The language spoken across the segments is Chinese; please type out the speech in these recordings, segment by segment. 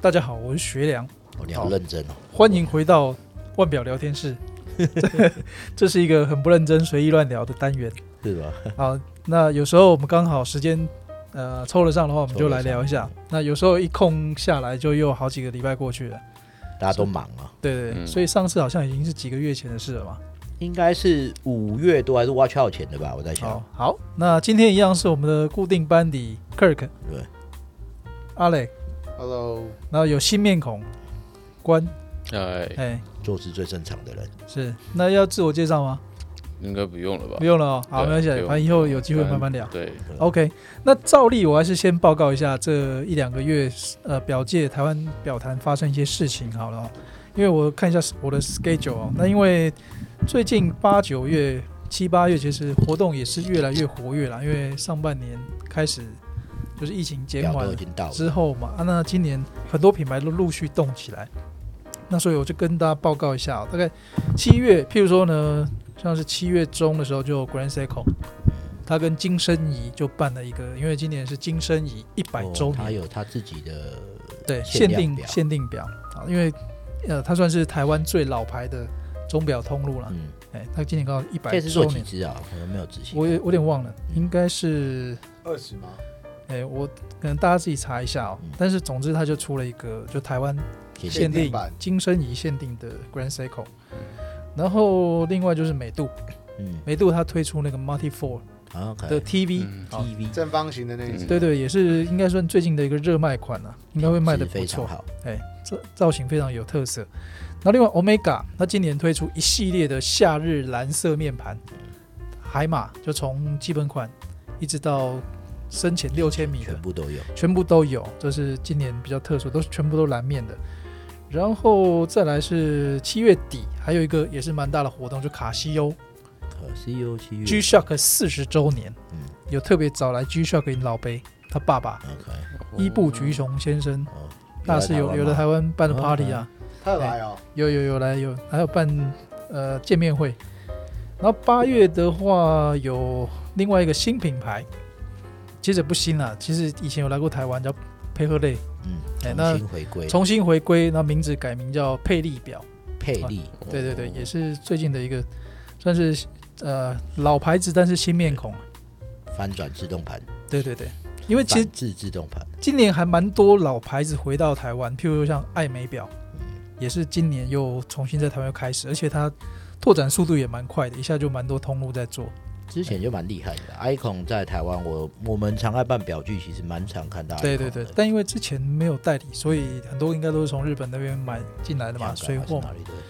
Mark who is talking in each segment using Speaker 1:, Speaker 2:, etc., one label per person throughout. Speaker 1: 大家好，我是学良，
Speaker 2: 哦，你好认真哦。
Speaker 1: 欢迎回到腕表聊天室。 这是一个很不认真、随意乱聊的单元。
Speaker 2: 是吧？
Speaker 1: 好，那有时候我们刚好时间呃抽得上的话，我们就来聊一下。那有时候一空下来，就又好几个礼拜过去了。
Speaker 2: 大家都忙啊，
Speaker 1: 对对对，
Speaker 3: 嗯
Speaker 1: 所以上次好像已经是几个月前的事了嘛。
Speaker 2: 应该是五月多还是 Watch Out 前的吧？我在想
Speaker 1: 好，，好，那今天一样是我们的固定班底 Kirk，
Speaker 2: 对，
Speaker 1: 阿磊，
Speaker 4: Hello，
Speaker 1: 然后有新面孔关，
Speaker 3: 哎，
Speaker 1: 哎，
Speaker 2: 做事最正常的人，
Speaker 1: 是，那要自我介绍吗？
Speaker 3: 应该不用了吧？
Speaker 1: 不用了哦，好，
Speaker 3: 对
Speaker 1: 没关系，
Speaker 3: 不用
Speaker 1: 反正以后有机会慢慢聊。
Speaker 3: 对，
Speaker 1: OK，那照例我还是先报告一下这一两个月，呃，表界台湾表坛发生一些事情好了哦、因为我看一下我的 schedule 哦。那因为最近八九月、七八月，其实活动也是越来越活跃啦，因为上半年开始就是疫情减
Speaker 2: 表
Speaker 1: 缓
Speaker 2: 都已经到
Speaker 1: 之
Speaker 2: 了，
Speaker 1: 后嘛，啊，那今年很多品牌都陆续动起来。那所以我就跟大家报告一下哦、大概七月，譬如说呢，像是七月中的时候，就有 Grand Seiko，他跟金生仪就办了一个，因为今年是金生仪一百
Speaker 2: 哦
Speaker 1: 周
Speaker 2: 他
Speaker 1: 年，
Speaker 2: 有他自己的
Speaker 1: 对，限
Speaker 2: 限量
Speaker 1: 定
Speaker 2: 表
Speaker 1: 限定表啊，因为呃，它算是台湾最老牌的钟表通路了，
Speaker 2: 嗯，
Speaker 1: 哎、它今年刚好一百
Speaker 2: 这次做
Speaker 1: 周
Speaker 2: 几嗯
Speaker 1: 年，
Speaker 2: 只啊？我都没有仔细看，
Speaker 1: 我有我有点忘了，应该是
Speaker 4: 二十吗？
Speaker 1: 哎、我可能大家自己查一下哦、
Speaker 2: 嗯
Speaker 1: 但是总之它就出了一个就台湾
Speaker 2: 谢
Speaker 1: 限
Speaker 4: 限定
Speaker 1: 定
Speaker 4: 版
Speaker 1: 金生仪限定的 Grand Seiko，然后另外就是美度，
Speaker 2: 嗯
Speaker 1: 美度它推出那个 Multi Four 的
Speaker 2: ，OK，
Speaker 1: TV，、
Speaker 3: 嗯
Speaker 1: 好，
Speaker 2: TV
Speaker 4: 正方形的那一只，
Speaker 3: 嗯
Speaker 1: 对对，也是应该算最近的一个热卖款了、啊应该会卖的
Speaker 2: 是
Speaker 1: 不
Speaker 2: 非常
Speaker 1: 错。
Speaker 2: 好，
Speaker 1: 哎，这造型非常有特色。然后另外 Omega，它今年推出一系列的夏日蓝色面盘，海马就从基本款一直到深潜六千米的
Speaker 2: 全，部都有，
Speaker 1: 全部都有，这是今年比较特殊，都是全部都蓝面的。然后再来是七月底，还有一个也是蛮大的活动，就卡西欧
Speaker 2: 可 E 是有七月
Speaker 1: G Shock 四十周年，
Speaker 2: 嗯
Speaker 1: 有特别找来 G Shock 老杯他爸爸
Speaker 2: ，OK，
Speaker 3: 哦
Speaker 1: 伊部菊雄先生，
Speaker 2: 哦，
Speaker 1: 那是有有
Speaker 2: 的
Speaker 1: 的台湾办的
Speaker 2: 哦
Speaker 1: party 啊，
Speaker 4: 他有来哦，
Speaker 2: 嗯
Speaker 1: 有有有来有，还有办呃见面会。然后八月的话有另外一个新品牌，其实也不新啦，其实以前有来过台湾叫配合类，
Speaker 2: 嗯，
Speaker 1: 哎
Speaker 2: 重
Speaker 1: 那
Speaker 2: 新回归，
Speaker 1: 重新回归，那名字改名叫佩利表。
Speaker 2: 佩利，
Speaker 1: 对对对，
Speaker 3: 哦
Speaker 1: 也是最近的一个，算是呃老牌子，但是新面孔。
Speaker 2: 翻转自动盘，
Speaker 1: 对对对，因为其实
Speaker 2: 反制自动盘，
Speaker 1: 今年还蛮多老牌子回到台湾，譬如像爱美表，
Speaker 2: 嗯
Speaker 1: 也是今年又重新在台湾又开始，而且它拓展速度也蛮快的，一下就蛮多通路在做。
Speaker 2: 之前就蛮厉害的，Icon 在台湾，我我们常爱办表剧，其实蛮常看到 icon
Speaker 1: 对
Speaker 2: 的。
Speaker 1: 对对，但因为之前没有代理，所以很多应该都是从日本那边买进来的嘛，
Speaker 2: 香
Speaker 1: 水
Speaker 2: 港啊还是
Speaker 1: 货嘛
Speaker 2: 哪。里都有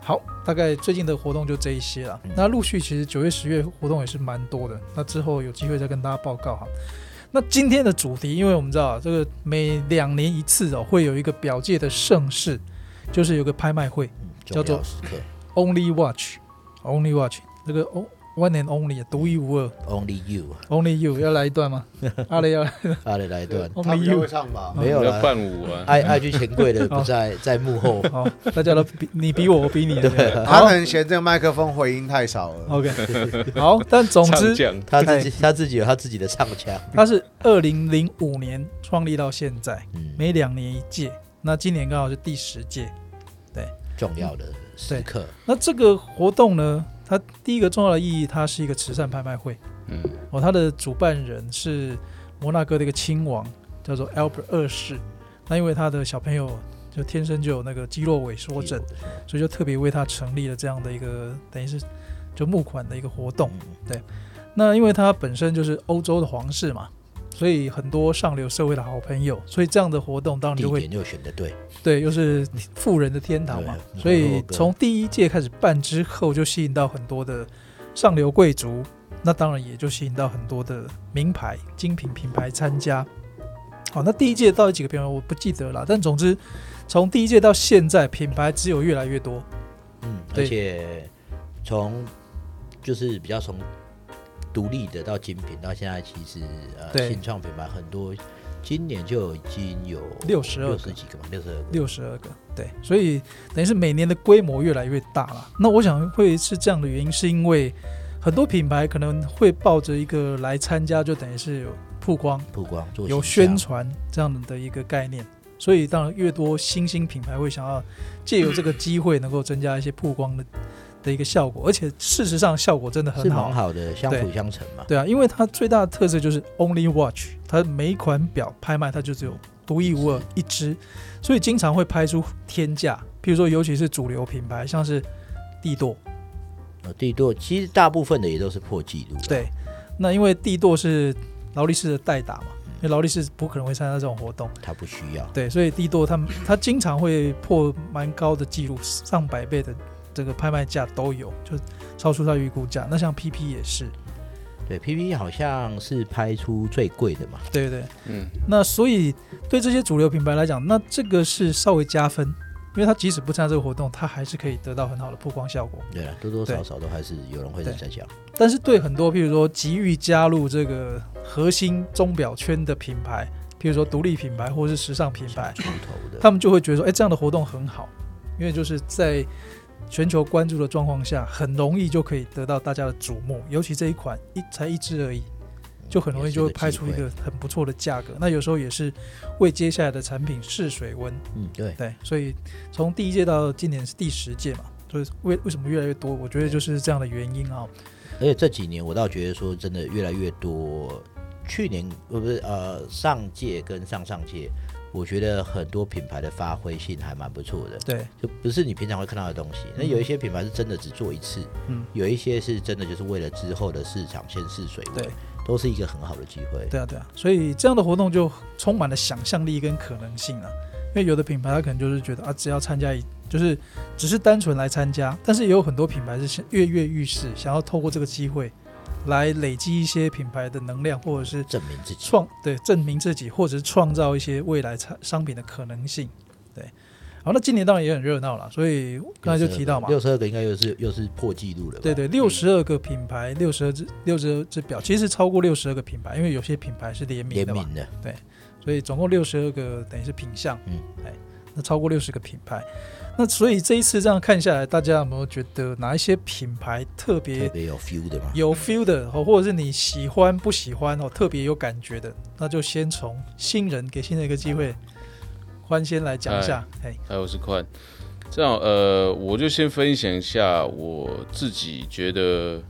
Speaker 1: 好，大概最近的活动就这一些了
Speaker 2: 嗯。
Speaker 1: 那陆续其实九月、十月活动也是蛮多的，那之后有机会再跟大家报告哈。那今天的主题，因为我们知道这个每两年一次哦，会有一个表界的盛事，就是有个拍卖会
Speaker 2: 嗯
Speaker 1: 叫
Speaker 2: 重
Speaker 1: 做
Speaker 2: 要时刻
Speaker 1: Only Watch，Only Watch 这个 O One and Only 独一无二
Speaker 2: Only You，
Speaker 1: ，Only You 要来一段吗？阿雷要来
Speaker 2: 阿雷来一段，
Speaker 4: 他
Speaker 1: Only
Speaker 4: 比较
Speaker 1: You
Speaker 4: 会。唱吧？
Speaker 2: 没有嗯
Speaker 3: 你要
Speaker 2: 了。
Speaker 3: 伴舞啊？
Speaker 2: 爱爱去钱 柜的
Speaker 1: 哦
Speaker 2: 不在在幕后，
Speaker 1: 好，大家都比你比我，我比你。对
Speaker 4: 他
Speaker 1: 好
Speaker 4: 可能嫌这个麦克风回音太少
Speaker 2: 哦
Speaker 4: 了。
Speaker 1: ，OK，好。但总之
Speaker 3: 唱，将
Speaker 2: 他自己他自己有他自己的唱腔，
Speaker 1: 它是二零零五年创立到现在，
Speaker 2: 嗯，
Speaker 1: 每两年一届。那今年刚好是第十届。
Speaker 2: 重要的时刻，
Speaker 1: 那这个活动呢，它第一个重要的意义，它是一个慈善拍卖会
Speaker 3: 嗯，
Speaker 1: 哦。它的主办人是摩纳哥的一个亲王，叫做 Albert 二世。那因为他的小朋友就天生就有那个肌肉萎缩症，所以就特别为他成立了这样的一个，等于是就募款的一个活动。
Speaker 2: 嗯
Speaker 1: 那因为他本身就是欧洲的皇室嘛，所以很多上流社会的好朋友，所以这样的活动当然
Speaker 2: 地
Speaker 1: 就会
Speaker 2: 点就选的对，
Speaker 1: 对，又是富人的天堂嘛，
Speaker 2: 对
Speaker 1: 所
Speaker 2: 摩
Speaker 1: 以
Speaker 2: 洛哥
Speaker 1: 从第一届开始办之后，就吸引到很多的上流贵族，那当然也就吸引到很多的名牌、精品品牌参加。好，那第一届到底几个品牌我不记得了，但总之从第一届到现在，品牌只有越来越多。
Speaker 2: 嗯，
Speaker 1: 对
Speaker 2: 而且从就是比较从独立的到精品到现在，其实
Speaker 1: 对
Speaker 2: 呃新创品牌很多，今年就已经有
Speaker 1: 62个
Speaker 2: 六十几个嘛，六十二个，
Speaker 1: 六十二个，对，所以等于是每年的规模越来越大了。那我想会是这样的原因，是因为很多品牌可能会抱着一个来参加，就等于是有曝光、
Speaker 2: 曝光做
Speaker 1: 有
Speaker 2: 形
Speaker 1: 宣
Speaker 2: 象
Speaker 1: 传这样的一个概念。所以当然越多新兴品牌会想要借由这个机会能够增加一些曝光的的一个效果，而且事实上效果真的
Speaker 2: 是
Speaker 1: 很好
Speaker 2: 蛮。好的，相辅相成嘛。
Speaker 1: 对啊，因为它最大的特色就是 Only Watch，它每一款表拍卖它就只有独一无二一只，所以经常会拍出天价。譬如说，尤其是主流品牌，像是帝舵，
Speaker 2: 呃帝舵其实大部分的也都是破纪录啊啦，
Speaker 1: 对，那因为帝舵是劳力士的代打嘛，因为劳力士不可能会参加这种活动，
Speaker 2: 他不需要。
Speaker 1: 对，所以帝舵他们他经常会破蛮高的记录，上百倍的这个拍卖价都有，就超出他预估价。那像 PP 也是，
Speaker 2: 对，P P 好像是拍出最贵的嘛，
Speaker 1: 对对。
Speaker 3: 嗯，
Speaker 1: 那所以对这些主流品牌来讲，那这个是稍微加分，因为他即使不参加这个活动，他还是可以得到很好的曝光效果。
Speaker 2: 对了，多多少少都还是有人会
Speaker 1: 对
Speaker 2: 在想，
Speaker 1: 但是对很多譬如说急于加入这个核心钟表圈的品牌，譬如说独立品牌或是时尚品牌，
Speaker 2: 出头的。
Speaker 1: 他们就会觉得说，哎，这样的活动很好，因为就是在全球关注的状况下，很容易就可以得到大家的瞩目，尤其这一款一才一支而已。就很容易就会拍出一
Speaker 2: 也是
Speaker 1: 个
Speaker 2: 个
Speaker 1: 很不错的价格，那有时候也是为接下来的产品试水温，
Speaker 2: 嗯，对，
Speaker 1: 对，所以从第一届到今年是第十届嘛，所以为为什么越来越多？我觉得就是这样的原因啊。
Speaker 2: 而且这几年我倒觉得说，真的越来越多。去年呃不是呃上届跟上上届，我觉得很多品牌的发挥性还蛮不错的，
Speaker 1: 对，
Speaker 2: 就不是你平常会看到的东西。那
Speaker 1: 嗯
Speaker 2: 有一些品牌是真的只做一次，
Speaker 1: 嗯，
Speaker 2: 有一些是真的就是为了之后的市场先试水温，
Speaker 1: 对，
Speaker 2: 都是一个很好的机会。
Speaker 1: 对啊，对啊，所以这样的活动就充满了想象力跟可能性啊。因为有的品牌它可能就是觉得啊，只要参加一，就是只是单纯来参加，但是也有很多品牌是想跃跃欲试，想要透过这个机会来累积一些品牌的能量，或者是
Speaker 2: 证明自己。
Speaker 1: 创对证明自己，或者是创造一些未来产商品的可能性。对，好，那今年当然也很热闹了，所以刚才就提到嘛，
Speaker 2: 六十二个应该又是又是破纪录了吧。
Speaker 1: 对对，六十二个品牌，六十二只六十二只表，其实是超过六十二个品牌，因为有些品牌是联名
Speaker 2: 联
Speaker 1: 的嘛，
Speaker 2: 名的，
Speaker 1: 所以总共六十二个等于是品项，
Speaker 2: 嗯，
Speaker 1: 哎，那超过六十个品牌，那所以这一次这样看下来，大家有没有觉得哪一些品牌特
Speaker 2: 特
Speaker 1: 别
Speaker 2: 别有 feel 的嘛。
Speaker 1: 有 feel 的，哦，或者是你喜欢不喜欢哦，特别有感觉的，那就先从新人给新人一个机
Speaker 2: 哎
Speaker 1: 会，欢先来讲一下，哎，
Speaker 3: 还有是宽。这样，呃，我就先分享一下我自己觉得，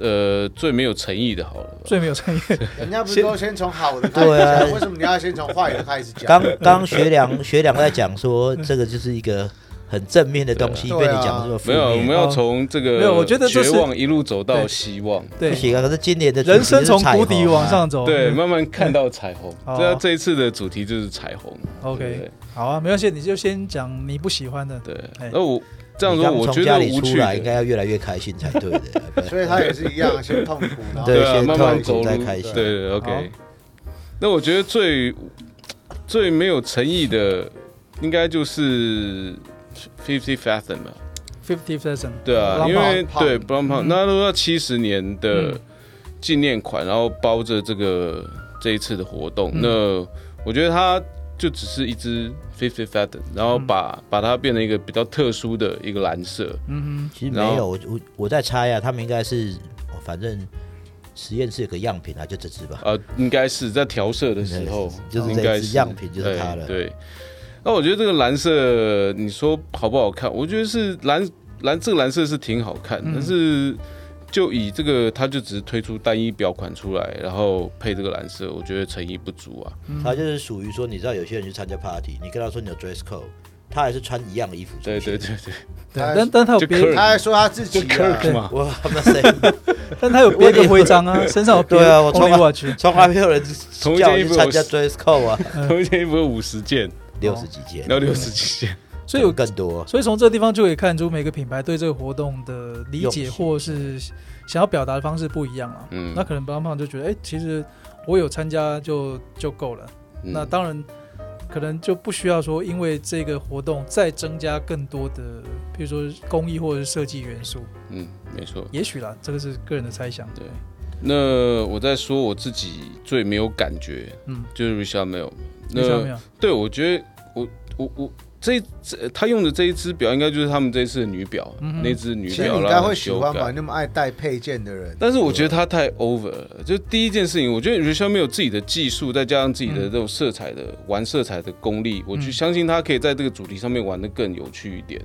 Speaker 3: 呃，最没有诚意的好了吧。
Speaker 1: 最没有创 意，
Speaker 4: 人家不是都先从好的开始
Speaker 2: 对啊
Speaker 4: 讲，为什么你要先从坏的开始讲？
Speaker 2: 刚 刚学良学良在讲说，这个就是一个很正面的东西，被
Speaker 4: 对啊
Speaker 2: 你讲得这么负
Speaker 3: 没有，我们
Speaker 2: 面。
Speaker 3: 要从这个
Speaker 1: 哦没有我觉得这
Speaker 3: 绝
Speaker 1: 是
Speaker 3: 望一路走到希望，
Speaker 1: 对
Speaker 2: 不，行啊！可是今年的主题
Speaker 1: 人生
Speaker 2: 是
Speaker 1: 从
Speaker 2: 彩
Speaker 1: 谷
Speaker 2: 虹
Speaker 1: 底
Speaker 2: 啊
Speaker 1: 往，上走，
Speaker 3: 对，
Speaker 1: 嗯
Speaker 3: 慢慢看到彩虹。
Speaker 1: 哦
Speaker 3: 对啊，这一次的主题就是彩虹。
Speaker 1: OK
Speaker 3: 对不对
Speaker 1: 好啊，没关系，你就先讲你不喜欢的，
Speaker 3: 对
Speaker 1: 哎，
Speaker 3: 那我 这样
Speaker 2: 你
Speaker 3: 说，
Speaker 2: 刚
Speaker 3: 我
Speaker 2: 从
Speaker 3: 觉
Speaker 2: 家
Speaker 3: 得
Speaker 2: 里
Speaker 3: 无
Speaker 2: 出
Speaker 3: 趣
Speaker 2: 来应该
Speaker 3: 的。
Speaker 2: 要越来越开心才对 的。
Speaker 4: 所以他也是一样，先痛苦，然后
Speaker 2: 对
Speaker 3: 对啊，
Speaker 2: 先
Speaker 3: 慢
Speaker 2: 痛
Speaker 3: 慢
Speaker 2: 苦
Speaker 3: 走
Speaker 2: 再
Speaker 3: 路。
Speaker 2: 开
Speaker 3: 对
Speaker 2: 心
Speaker 3: 对
Speaker 1: 好
Speaker 3: ，OK。那我觉得最最没有诚意的，应该就是 Fifty Fathom 吧。
Speaker 1: Fifty Thousand，
Speaker 3: 对啊，
Speaker 1: Brown
Speaker 3: 因为
Speaker 4: Pound
Speaker 3: 对 Brown Pound，
Speaker 1: 嗯
Speaker 3: 那都要七十年的
Speaker 1: 嗯
Speaker 3: 纪念款，然后包着这个这一次的活动。
Speaker 1: 嗯
Speaker 3: 那我觉得它就只是一只 Fifty Fathom，然后把、把它变成一个比较特殊的一个蓝色。
Speaker 1: 嗯
Speaker 2: 其实
Speaker 3: 然后
Speaker 2: 没有，我我我在猜啊，他们应该是，哦反正实验室有个样品啊，就这只吧。
Speaker 3: 呃，应该是在调色的时候，
Speaker 2: 就是
Speaker 3: 应该
Speaker 2: 这只样品就是它了
Speaker 3: 对，对那我觉得这个蓝色，你说好不好看？我觉得是蓝蓝这个蓝色是挺好看，
Speaker 1: 嗯
Speaker 3: 但是就以这个，它就只是推出单一表款出来，然后配这个蓝色，我觉得诚意不足啊。
Speaker 1: 哼，
Speaker 2: 他就是属于说，你知道有些人去参加 party，你跟他说你有 dress code，他还是穿一样的衣服出
Speaker 3: 对
Speaker 2: 去。
Speaker 3: 对对对，
Speaker 1: 对，
Speaker 4: 他
Speaker 1: 但但他有
Speaker 3: 哎就
Speaker 1: 别
Speaker 3: Kirk
Speaker 4: 他还说他自己啊
Speaker 1: 对
Speaker 3: Kirk 嘛，
Speaker 2: 哇，那谁？
Speaker 1: 但他有别的徽章 啊，身上有别
Speaker 2: 对啊
Speaker 1: 的
Speaker 2: 我
Speaker 1: Only
Speaker 2: 从
Speaker 1: Watch，
Speaker 2: 从来没有人
Speaker 3: 同一
Speaker 2: 叫我
Speaker 3: 件衣
Speaker 2: 去
Speaker 3: 服
Speaker 2: 参加
Speaker 3: 有
Speaker 2: dress code 啊，
Speaker 3: 同一件衣服有五十件，
Speaker 2: 六十几 件，
Speaker 3: 然后六十几件，
Speaker 1: 所以有
Speaker 2: 更多。
Speaker 1: 所以从这个地方就可以看出每个品牌对这个活动的理解
Speaker 2: 用心
Speaker 1: 或是想要表达的方式不一样啊。
Speaker 3: 嗯
Speaker 1: 那可能邦胖就觉得，哎、其实我有参加就就够了。
Speaker 3: 嗯
Speaker 1: 那当然，可能就不需要说因为这个活动再增加更多的，比如说工艺或者是设计元素。
Speaker 3: 嗯，没错。
Speaker 1: 也许啦，这个是个人的猜想。
Speaker 3: 对那我在说我自己最没有感觉，
Speaker 1: 嗯，
Speaker 3: 就是 Richard Mille。
Speaker 1: 你想没有？
Speaker 3: 对，我觉得我我我这这他用的这一只表，应该就是他们这一次的女表，
Speaker 1: 嗯
Speaker 3: 那只女
Speaker 4: 其实
Speaker 3: 表
Speaker 4: 你应
Speaker 3: 啦
Speaker 4: 该会喜
Speaker 3: 修
Speaker 4: 欢
Speaker 3: 改
Speaker 4: 吧？那么爱戴配件的人，
Speaker 3: 但是我觉得他太 over 了。就第一件事情，我觉得 r i c h a 没有自己的技术，再加上自己的这种色彩的、玩色彩的功力，我就相信他可以在这个主题上面玩的更有趣一点。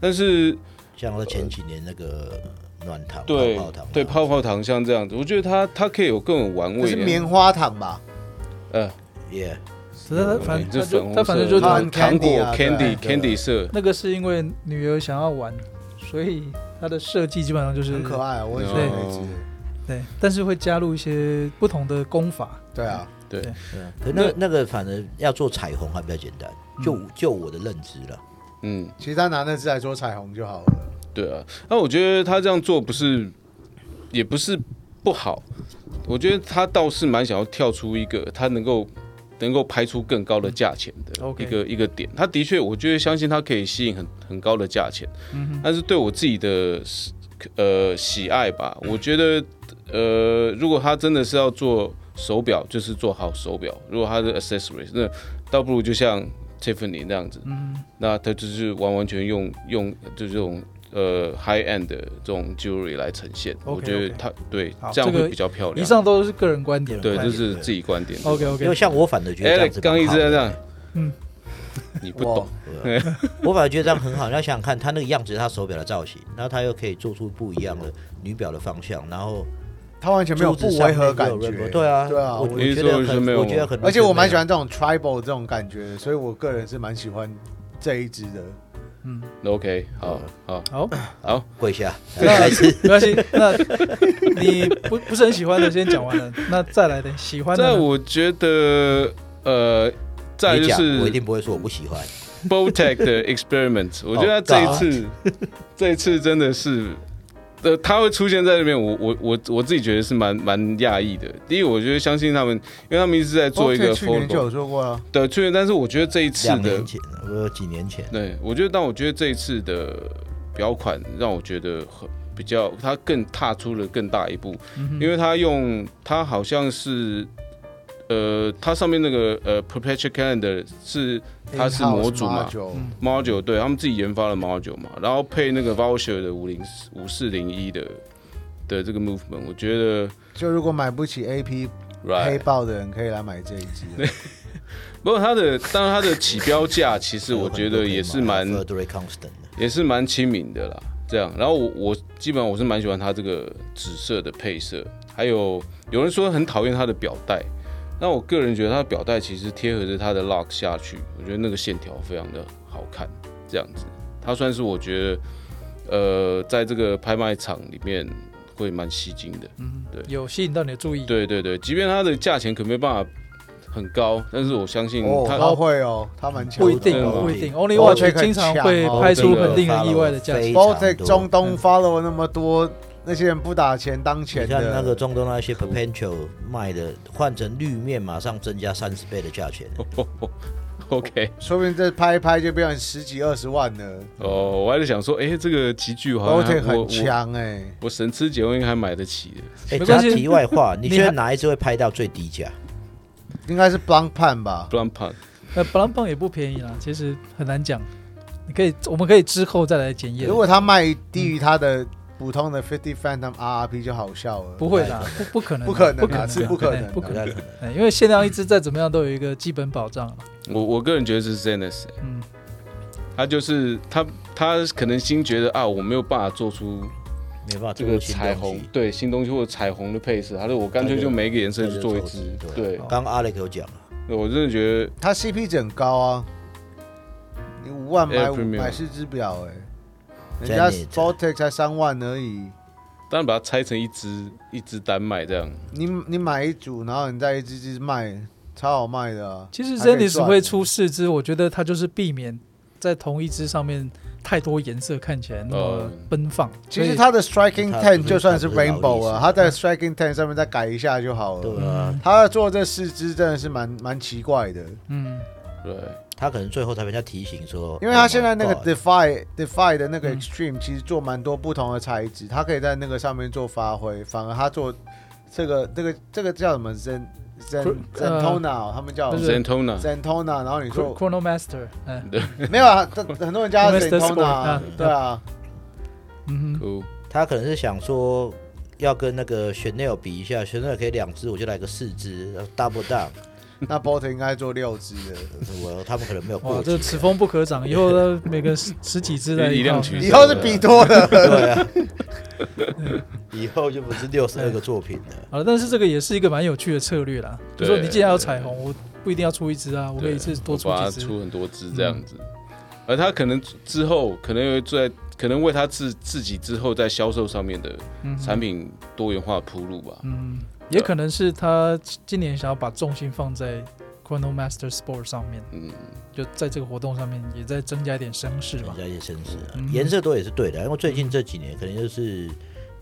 Speaker 3: 但是
Speaker 2: 像我前几年那个暖糖、
Speaker 3: 对
Speaker 2: 泡泡糖，啊
Speaker 3: 对泡泡糖像这样子，我觉得他他可以有更有玩
Speaker 4: 这
Speaker 3: 味
Speaker 4: 是
Speaker 3: 一
Speaker 4: 棉
Speaker 3: 点。
Speaker 4: 花糖吧？
Speaker 3: 呃，
Speaker 2: 也
Speaker 1: 只是他反
Speaker 3: 嗯这
Speaker 1: 正他就他
Speaker 3: 粉红
Speaker 1: 反正
Speaker 3: 色
Speaker 1: 就
Speaker 3: 的
Speaker 1: 他
Speaker 4: 糖
Speaker 3: 糖果
Speaker 4: candy 啊对
Speaker 3: candy
Speaker 4: 对
Speaker 3: candy 色，
Speaker 1: 那个是因为女儿想要玩，所以它的设计基本上就是
Speaker 4: 很可爱啊，我也喜欢那
Speaker 3: 对。
Speaker 4: 只
Speaker 2: 哦
Speaker 1: 对，但是会加入一些不同的功法。
Speaker 4: 对啊，
Speaker 3: 对
Speaker 1: 对，
Speaker 2: 对啊，可那那个反正要做彩虹还比较简单，就
Speaker 1: 嗯
Speaker 2: 就我的认知了。
Speaker 3: 嗯，
Speaker 4: 其实他拿那只来做彩虹就好了。
Speaker 3: 对啊。那我觉得他这样做不是，也不是不好，我觉得他倒是蛮想要跳出一个他能够能够拍出更高的价钱的
Speaker 1: OK
Speaker 3: 一个、一个点。他的确，我觉得相信他可以吸引很很高的价钱，
Speaker 1: 嗯
Speaker 3: 但是对我自己的呃喜爱吧，我觉得呃，如果他真的是要做手表，就是做好手表；如果他的 accessories，那倒不如就像 Tiffany 那样子，
Speaker 1: 嗯，
Speaker 3: 那他就是完完全用用就这种呃 high end 的这种 jewelry 来呈现。
Speaker 1: OK，
Speaker 3: 我觉得
Speaker 1: OK
Speaker 3: 他对
Speaker 1: 好
Speaker 3: 这样
Speaker 1: 这
Speaker 3: 会
Speaker 1: 个
Speaker 3: 比较漂亮。
Speaker 1: 以上都是个人观点。
Speaker 3: 对，
Speaker 2: 观
Speaker 3: 这
Speaker 2: 点
Speaker 3: 是
Speaker 2: 对
Speaker 3: 自己观点。
Speaker 1: OK
Speaker 2: 因为
Speaker 1: OK，
Speaker 2: 像我反而觉得这样
Speaker 3: Alex
Speaker 2: 子
Speaker 3: 刚一直在这样，
Speaker 1: 嗯，
Speaker 3: 你不懂，
Speaker 2: 对啊我反而觉得这样很好。你要想想看，他那个样子，他手表的造型，然后他又可以做出不一样的女表的方向，然后
Speaker 4: 他完全没有不
Speaker 2: 珠子上
Speaker 4: 违
Speaker 2: 面
Speaker 4: 和
Speaker 2: 又
Speaker 4: 感
Speaker 2: 有
Speaker 4: 觉
Speaker 2: rainbow，，对啊，
Speaker 4: 对啊
Speaker 2: 我
Speaker 4: 我
Speaker 2: 我觉得
Speaker 3: 你是说
Speaker 2: 很，
Speaker 3: 没有
Speaker 2: 我觉得很，
Speaker 4: 而且我蛮喜欢这种 tribal 这种感觉，所以我个人是蛮喜欢这一支的。
Speaker 1: 嗯，
Speaker 3: OK，好好
Speaker 1: 好，
Speaker 3: 好，
Speaker 2: 跪下，
Speaker 1: 那
Speaker 2: 来是
Speaker 1: 没关系。那你不不是很喜欢的，先讲完了。那再来的喜欢
Speaker 3: 在
Speaker 1: 的呢，
Speaker 3: 我觉得呃， 再来
Speaker 2: 你
Speaker 3: 就
Speaker 2: 讲，
Speaker 3: 是
Speaker 2: 我一定不会说我不喜欢。
Speaker 3: Botec 的 experiment，我觉得他这一次， 这一次真的是，呃，他会出现在那边，我我我我自己觉得是蛮蛮讶异的。第一，我觉得相信他们，因为他们一直在做一个
Speaker 4: Bobcat 去年就
Speaker 3: photo
Speaker 4: 有做过了，
Speaker 3: 的确，但是我觉得这一次
Speaker 2: 两
Speaker 3: 的
Speaker 2: 年，前，我几年前，
Speaker 3: 对我觉得，但我觉得这一次的表款让我觉得很比较，他更踏出了更大一步，
Speaker 1: 嗯哼
Speaker 3: 因为他用他好像是。呃，它上面那个呃，perpetual calendar 是它是模组嘛
Speaker 4: In-house module，
Speaker 1: 嗯
Speaker 3: module，对他们自己研发了 module 嘛，然后配那个 voucher 的五零五四零一的的这个 movement，我觉得
Speaker 4: 就如果买不起 AP 黑豹的人，可以来买这一支。
Speaker 3: 不过它的当然它的起标价其实我觉得也是蛮
Speaker 2: f e r d r e Constant 的。
Speaker 3: 也是蛮亲民的啦，这样。然后我我基本上我是蛮喜欢它这个紫色的配色，还有有人说很讨厌它的表带，那我个人觉得它的表带其实贴合着它的 lock 下去，我觉得那个线条非常的好看，这样子，它算是我觉得呃在这个拍卖场里面会蛮吸睛的。
Speaker 1: 嗯
Speaker 3: 对
Speaker 1: 有吸引到你的注意。
Speaker 3: 对对对，即便它的价钱可没办法很高，但是我相信
Speaker 4: 哦，
Speaker 3: 它、
Speaker 4: 他会哦，他蛮强
Speaker 1: 不
Speaker 4: 的。
Speaker 1: 一定，
Speaker 3: 哦
Speaker 1: 不一定。
Speaker 4: 对
Speaker 1: Only
Speaker 4: 哦
Speaker 1: Watch
Speaker 4: 这个
Speaker 1: 经常
Speaker 4: 强
Speaker 1: 会
Speaker 4: 哦
Speaker 1: 拍
Speaker 3: 这
Speaker 1: 出
Speaker 3: 个
Speaker 1: 很令人意外的价值。
Speaker 2: 非
Speaker 4: b o t e
Speaker 2: 常
Speaker 4: c
Speaker 2: 多
Speaker 4: 中东 follow 那么多，那些人不打钱当
Speaker 2: 你
Speaker 4: 钱
Speaker 2: 看那个
Speaker 4: 的，
Speaker 2: 中东那些 potential 卖的，换成绿面马上增加三十倍的价
Speaker 3: 哦
Speaker 2: 钱，
Speaker 3: OK
Speaker 4: 说不定这拍一拍就变成十几二十万了。
Speaker 3: 哦，我还在想说，哎、这个集聚
Speaker 4: b
Speaker 3: 好
Speaker 4: o t
Speaker 3: 像
Speaker 4: e
Speaker 3: 还
Speaker 4: c
Speaker 3: 我
Speaker 4: 很
Speaker 3: 我
Speaker 4: 强哎，
Speaker 3: 我省吃俭用应该还买得起的。
Speaker 2: 哎、
Speaker 1: 没
Speaker 2: 只要
Speaker 1: 关系
Speaker 2: 题外 话，你
Speaker 1: 你
Speaker 2: 觉得
Speaker 1: 还
Speaker 2: 哪一只会拍到最低价？
Speaker 4: 应该是 Blanc Pan 吧？
Speaker 3: Blunt Pad
Speaker 1: 呃，布朗棒也不便宜啦，其实很难讲。你可以，我们可以之后再来检验
Speaker 4: 如。果他卖低于他的普通的50 Phantom RRP 就好笑了。
Speaker 1: 不会啦，不不可能啊，
Speaker 4: 不可能啊
Speaker 1: 不可能啊，
Speaker 4: 是不可能啊
Speaker 1: 哎不可
Speaker 2: 不太
Speaker 1: 能
Speaker 2: 可能。
Speaker 1: 哎，因为限量一只再怎么样都有一个基本保障了。
Speaker 3: 我我个人觉得是 Zenith，欸
Speaker 1: 嗯，
Speaker 3: 他就是他他可能新觉得啊，我没有办法做出
Speaker 2: 没办法
Speaker 3: 这
Speaker 2: 做
Speaker 3: 个
Speaker 2: 出新
Speaker 3: 彩
Speaker 2: 东
Speaker 3: 虹
Speaker 2: 西。
Speaker 3: 对新东西或者彩虹的配色，他说我干脆就每一个颜色去做一只。对，
Speaker 2: 哦
Speaker 3: 哦
Speaker 2: 刚刚 Alex 有讲了，
Speaker 3: 我真的觉得
Speaker 4: 它 CP 值很高啊，你五万
Speaker 3: Air
Speaker 4: 买五
Speaker 3: Premium
Speaker 4: 买四只表哎、人家
Speaker 2: Zenith
Speaker 4: Sportex 才三万而已，
Speaker 3: 当然把它拆成一只一只单卖这样。
Speaker 4: 你你买一组，然后你再一只只卖，超好卖的啊。
Speaker 1: 其实
Speaker 4: 还可以
Speaker 1: Zenis
Speaker 4: 赚
Speaker 1: 会出四只，我觉得它就是避免在同一只上面太多颜色看起来那么
Speaker 3: 呃
Speaker 1: 奔放。
Speaker 4: 其
Speaker 1: 所
Speaker 4: 实
Speaker 1: 以
Speaker 4: 它的 Striking
Speaker 2: 它不是
Speaker 4: Ten 就算是
Speaker 2: 它不是劳力
Speaker 4: Rainbow 了，
Speaker 2: 士
Speaker 4: 它在 Striking Ten 上面再改一下就
Speaker 3: 哦
Speaker 4: 好了。
Speaker 2: 对啊，
Speaker 4: 它做这四只真的是蛮蛮奇怪的，
Speaker 1: 嗯，
Speaker 3: 对，
Speaker 2: 他可能最后才被人家提醒说，
Speaker 4: 因为它现在那个
Speaker 2: Oh my God，
Speaker 4: Defy Defy 的那个
Speaker 1: 嗯
Speaker 4: Extreme 其实做蛮多不同的材质，它可以在那个上面做发挥，反而它做这个这个这个叫什么 Zen Zen Zentona，他们叫
Speaker 1: 呃不是
Speaker 3: Zentona，
Speaker 4: Zentona，然后你
Speaker 1: Chron-
Speaker 4: 说
Speaker 1: Chrono Master，嗯
Speaker 4: 没有啊？他很多人叫他
Speaker 1: Master Sport，
Speaker 4: Zentona，
Speaker 1: 啊
Speaker 4: 对啊，
Speaker 1: 嗯哼，
Speaker 3: 哦，
Speaker 2: 他可能是想说要跟那个 Chanel 比一下，Chanel 可以两只，我就来个四只，大不大？
Speaker 4: 那 Bot 应该做六只的，
Speaker 2: 我他们可能没有
Speaker 1: 哇，
Speaker 2: 过
Speaker 1: 这
Speaker 2: 去。
Speaker 1: 此风不可长，以后呢每个十十几 只的
Speaker 3: 一辆群
Speaker 4: 以后是比多的，
Speaker 2: 对啊，以后就不是六十二个作品了。
Speaker 1: 好了，但是这个也是一个蛮有趣的策略啦。比如说
Speaker 3: 对
Speaker 1: 你既然要彩虹，我不一定要出一只啊，我可以一次多
Speaker 3: 我
Speaker 1: 出
Speaker 3: 把它
Speaker 1: 几只。
Speaker 3: 出很多只这样子。而他可能之后可能会在，可能为他自自己之后在销售上面的
Speaker 1: 嗯哼
Speaker 3: 产啊品多元化铺路吧。
Speaker 1: 嗯，也可能是他今年想要把重心放在 Chrono Master Sport 上面，
Speaker 3: 嗯，
Speaker 1: 就在这个活动上面也再增加一点声势吧
Speaker 2: 人。家也绅士啊
Speaker 1: 嗯，
Speaker 2: 颜色多也是对的，因为最近这几年可能就是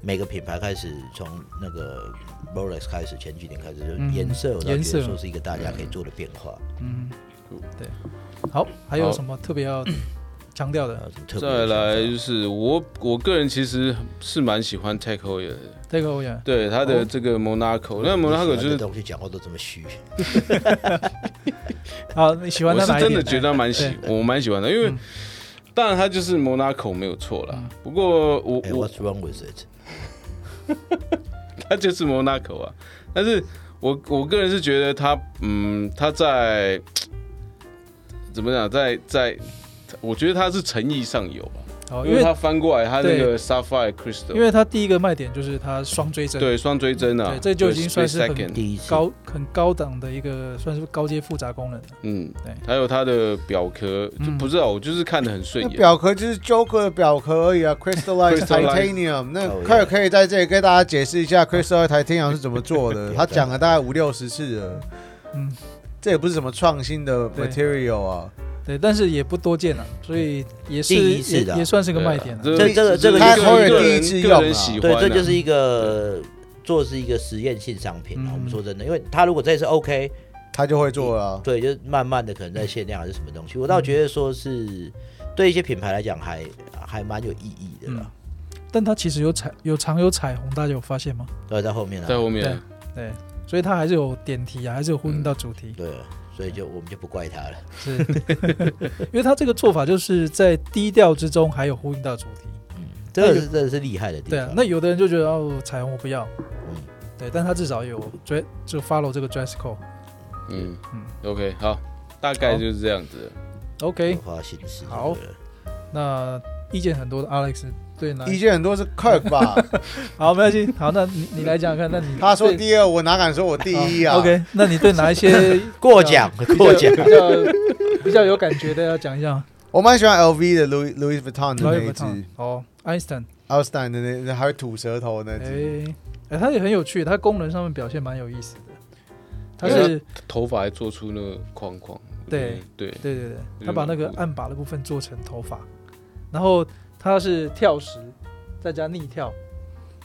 Speaker 2: 每个品牌开始从那个 Rolex 开始，前几年开始就是
Speaker 1: 嗯
Speaker 2: 颜色，我倒
Speaker 1: 颜
Speaker 2: 觉
Speaker 1: 色
Speaker 2: 得说是一个大家可以做的变化，
Speaker 1: 嗯
Speaker 3: 嗯，
Speaker 1: 对。好，还有
Speaker 3: 好
Speaker 1: 什么特别要强调
Speaker 2: 然
Speaker 1: 的
Speaker 2: 后啊什么特别
Speaker 3: 再
Speaker 2: 的想法
Speaker 3: 来就是我我个人其实是蛮喜欢 t e c h o y 的，
Speaker 1: 这个我也
Speaker 3: 对他的这个 Monaco，、那
Speaker 2: 你喜欢
Speaker 3: Monaco
Speaker 2: 的
Speaker 3: 就是
Speaker 2: 东西讲话都这么虚，
Speaker 1: 好，你喜欢
Speaker 3: 我
Speaker 1: 他
Speaker 3: 是
Speaker 1: 哪一
Speaker 3: 真
Speaker 1: 点？
Speaker 3: 的觉得蛮喜，我蛮喜欢的，因为
Speaker 1: 嗯
Speaker 3: 当然他就是 Monaco 没有错啦。不过我
Speaker 2: 哎
Speaker 3: 我
Speaker 2: ，What's wrong with it？
Speaker 3: 他就是 Monaco 啊，但是我我个人是觉得他嗯他在怎么讲在在，我觉得他是诚意上有吧，
Speaker 1: 好，哦
Speaker 3: 因
Speaker 1: 因
Speaker 3: 为
Speaker 1: 为
Speaker 3: 他翻过来他那
Speaker 1: 对
Speaker 3: 个 Sapphire Crystal，
Speaker 1: 因为他第一个卖点就是他双追针，
Speaker 3: 对双追针啊
Speaker 1: 对，这就已经算是很
Speaker 3: split second
Speaker 2: 第一次
Speaker 1: 高很高档的一个算是高阶复杂功能。啊
Speaker 3: 嗯
Speaker 1: 对，
Speaker 3: 还有它的表壳，就
Speaker 1: 嗯
Speaker 3: 不知道，我就是看得很顺
Speaker 4: 那
Speaker 3: 眼。
Speaker 4: 表壳就是 Joker 的表壳而已啊，Crystallized
Speaker 3: Crystallized
Speaker 4: Titanium。那
Speaker 2: 哦
Speaker 4: 可
Speaker 2: 耶
Speaker 4: 可以在这里跟大家解释一下 Crystallized Titanium 是怎么 做的。他讲了大概五六十次了，
Speaker 1: 嗯，
Speaker 4: 这也不是什么创新的
Speaker 1: 对
Speaker 4: material 啊。
Speaker 1: 对，但是也不多见了，啊所以也是
Speaker 2: 第一次的
Speaker 1: 也也算是个卖点了。
Speaker 3: 对啊
Speaker 2: 这这个这个就
Speaker 3: 只是
Speaker 2: 是
Speaker 3: 个人
Speaker 4: 他第一次用啊
Speaker 3: 个人喜欢
Speaker 2: 对
Speaker 3: 啊，，
Speaker 2: 这就是一个做是一个实验性商品啊。
Speaker 1: 嗯
Speaker 2: 我们说真的，因为他如果这次 OK，
Speaker 4: 他就会做了啊、
Speaker 2: 对，就是慢慢的可能在限量还是什么
Speaker 1: 嗯
Speaker 2: 东西，我倒觉得说是对一些品牌来讲还还蛮有意义的
Speaker 1: 嗯
Speaker 2: 啦。
Speaker 1: 但它其实有彩有常有彩虹，大家有发现吗？
Speaker 2: 对，在后面
Speaker 3: 在
Speaker 2: 啊，
Speaker 3: 后面，
Speaker 1: 对，所以它还是有点题啊，还是有呼
Speaker 3: 嗯
Speaker 1: 应到主题，
Speaker 2: 对，所以就我们就不怪他了。
Speaker 1: 是， 因为它这个做法就是在低调之中还有呼应到主题。
Speaker 2: 这个是真的是厉害的地
Speaker 1: 对啊
Speaker 2: 方。，
Speaker 1: 那有的人就觉得哦，彩虹我不要，
Speaker 2: 嗯
Speaker 1: 对，但他至少有追就 follow 这个 dress code。
Speaker 3: 嗯
Speaker 1: 嗯
Speaker 3: ，OK，好，大概就是这样子。
Speaker 1: OK，
Speaker 2: 多花心思就对了。
Speaker 1: 好那意见很多的 Alex 对哪？
Speaker 4: 意见很多是 Kirk 吧，
Speaker 1: 好，没关系，好，那你你来讲讲看，那你
Speaker 4: 他说
Speaker 1: 对
Speaker 4: 第二，我哪敢说我第一啊
Speaker 1: 好哦 OK，那你对哪一 些
Speaker 2: 过 奖，过奖
Speaker 1: 比。较比较有感觉的要讲一 下？
Speaker 4: 我蛮喜欢 LV 的 Louis Louis Vuitton 的那一只
Speaker 1: 哦，Einstein，
Speaker 4: 奥斯坦的那那还会吐舌头的那只，
Speaker 1: 哎哎，它也很有趣，它功能上面表现蛮有意思的。它
Speaker 3: 对啊
Speaker 1: 是
Speaker 3: 头发还做出那个框框，
Speaker 1: 对
Speaker 3: 对，
Speaker 1: 对对对，它把那个按把的部分做成头发，然后它是跳时，再加逆跳，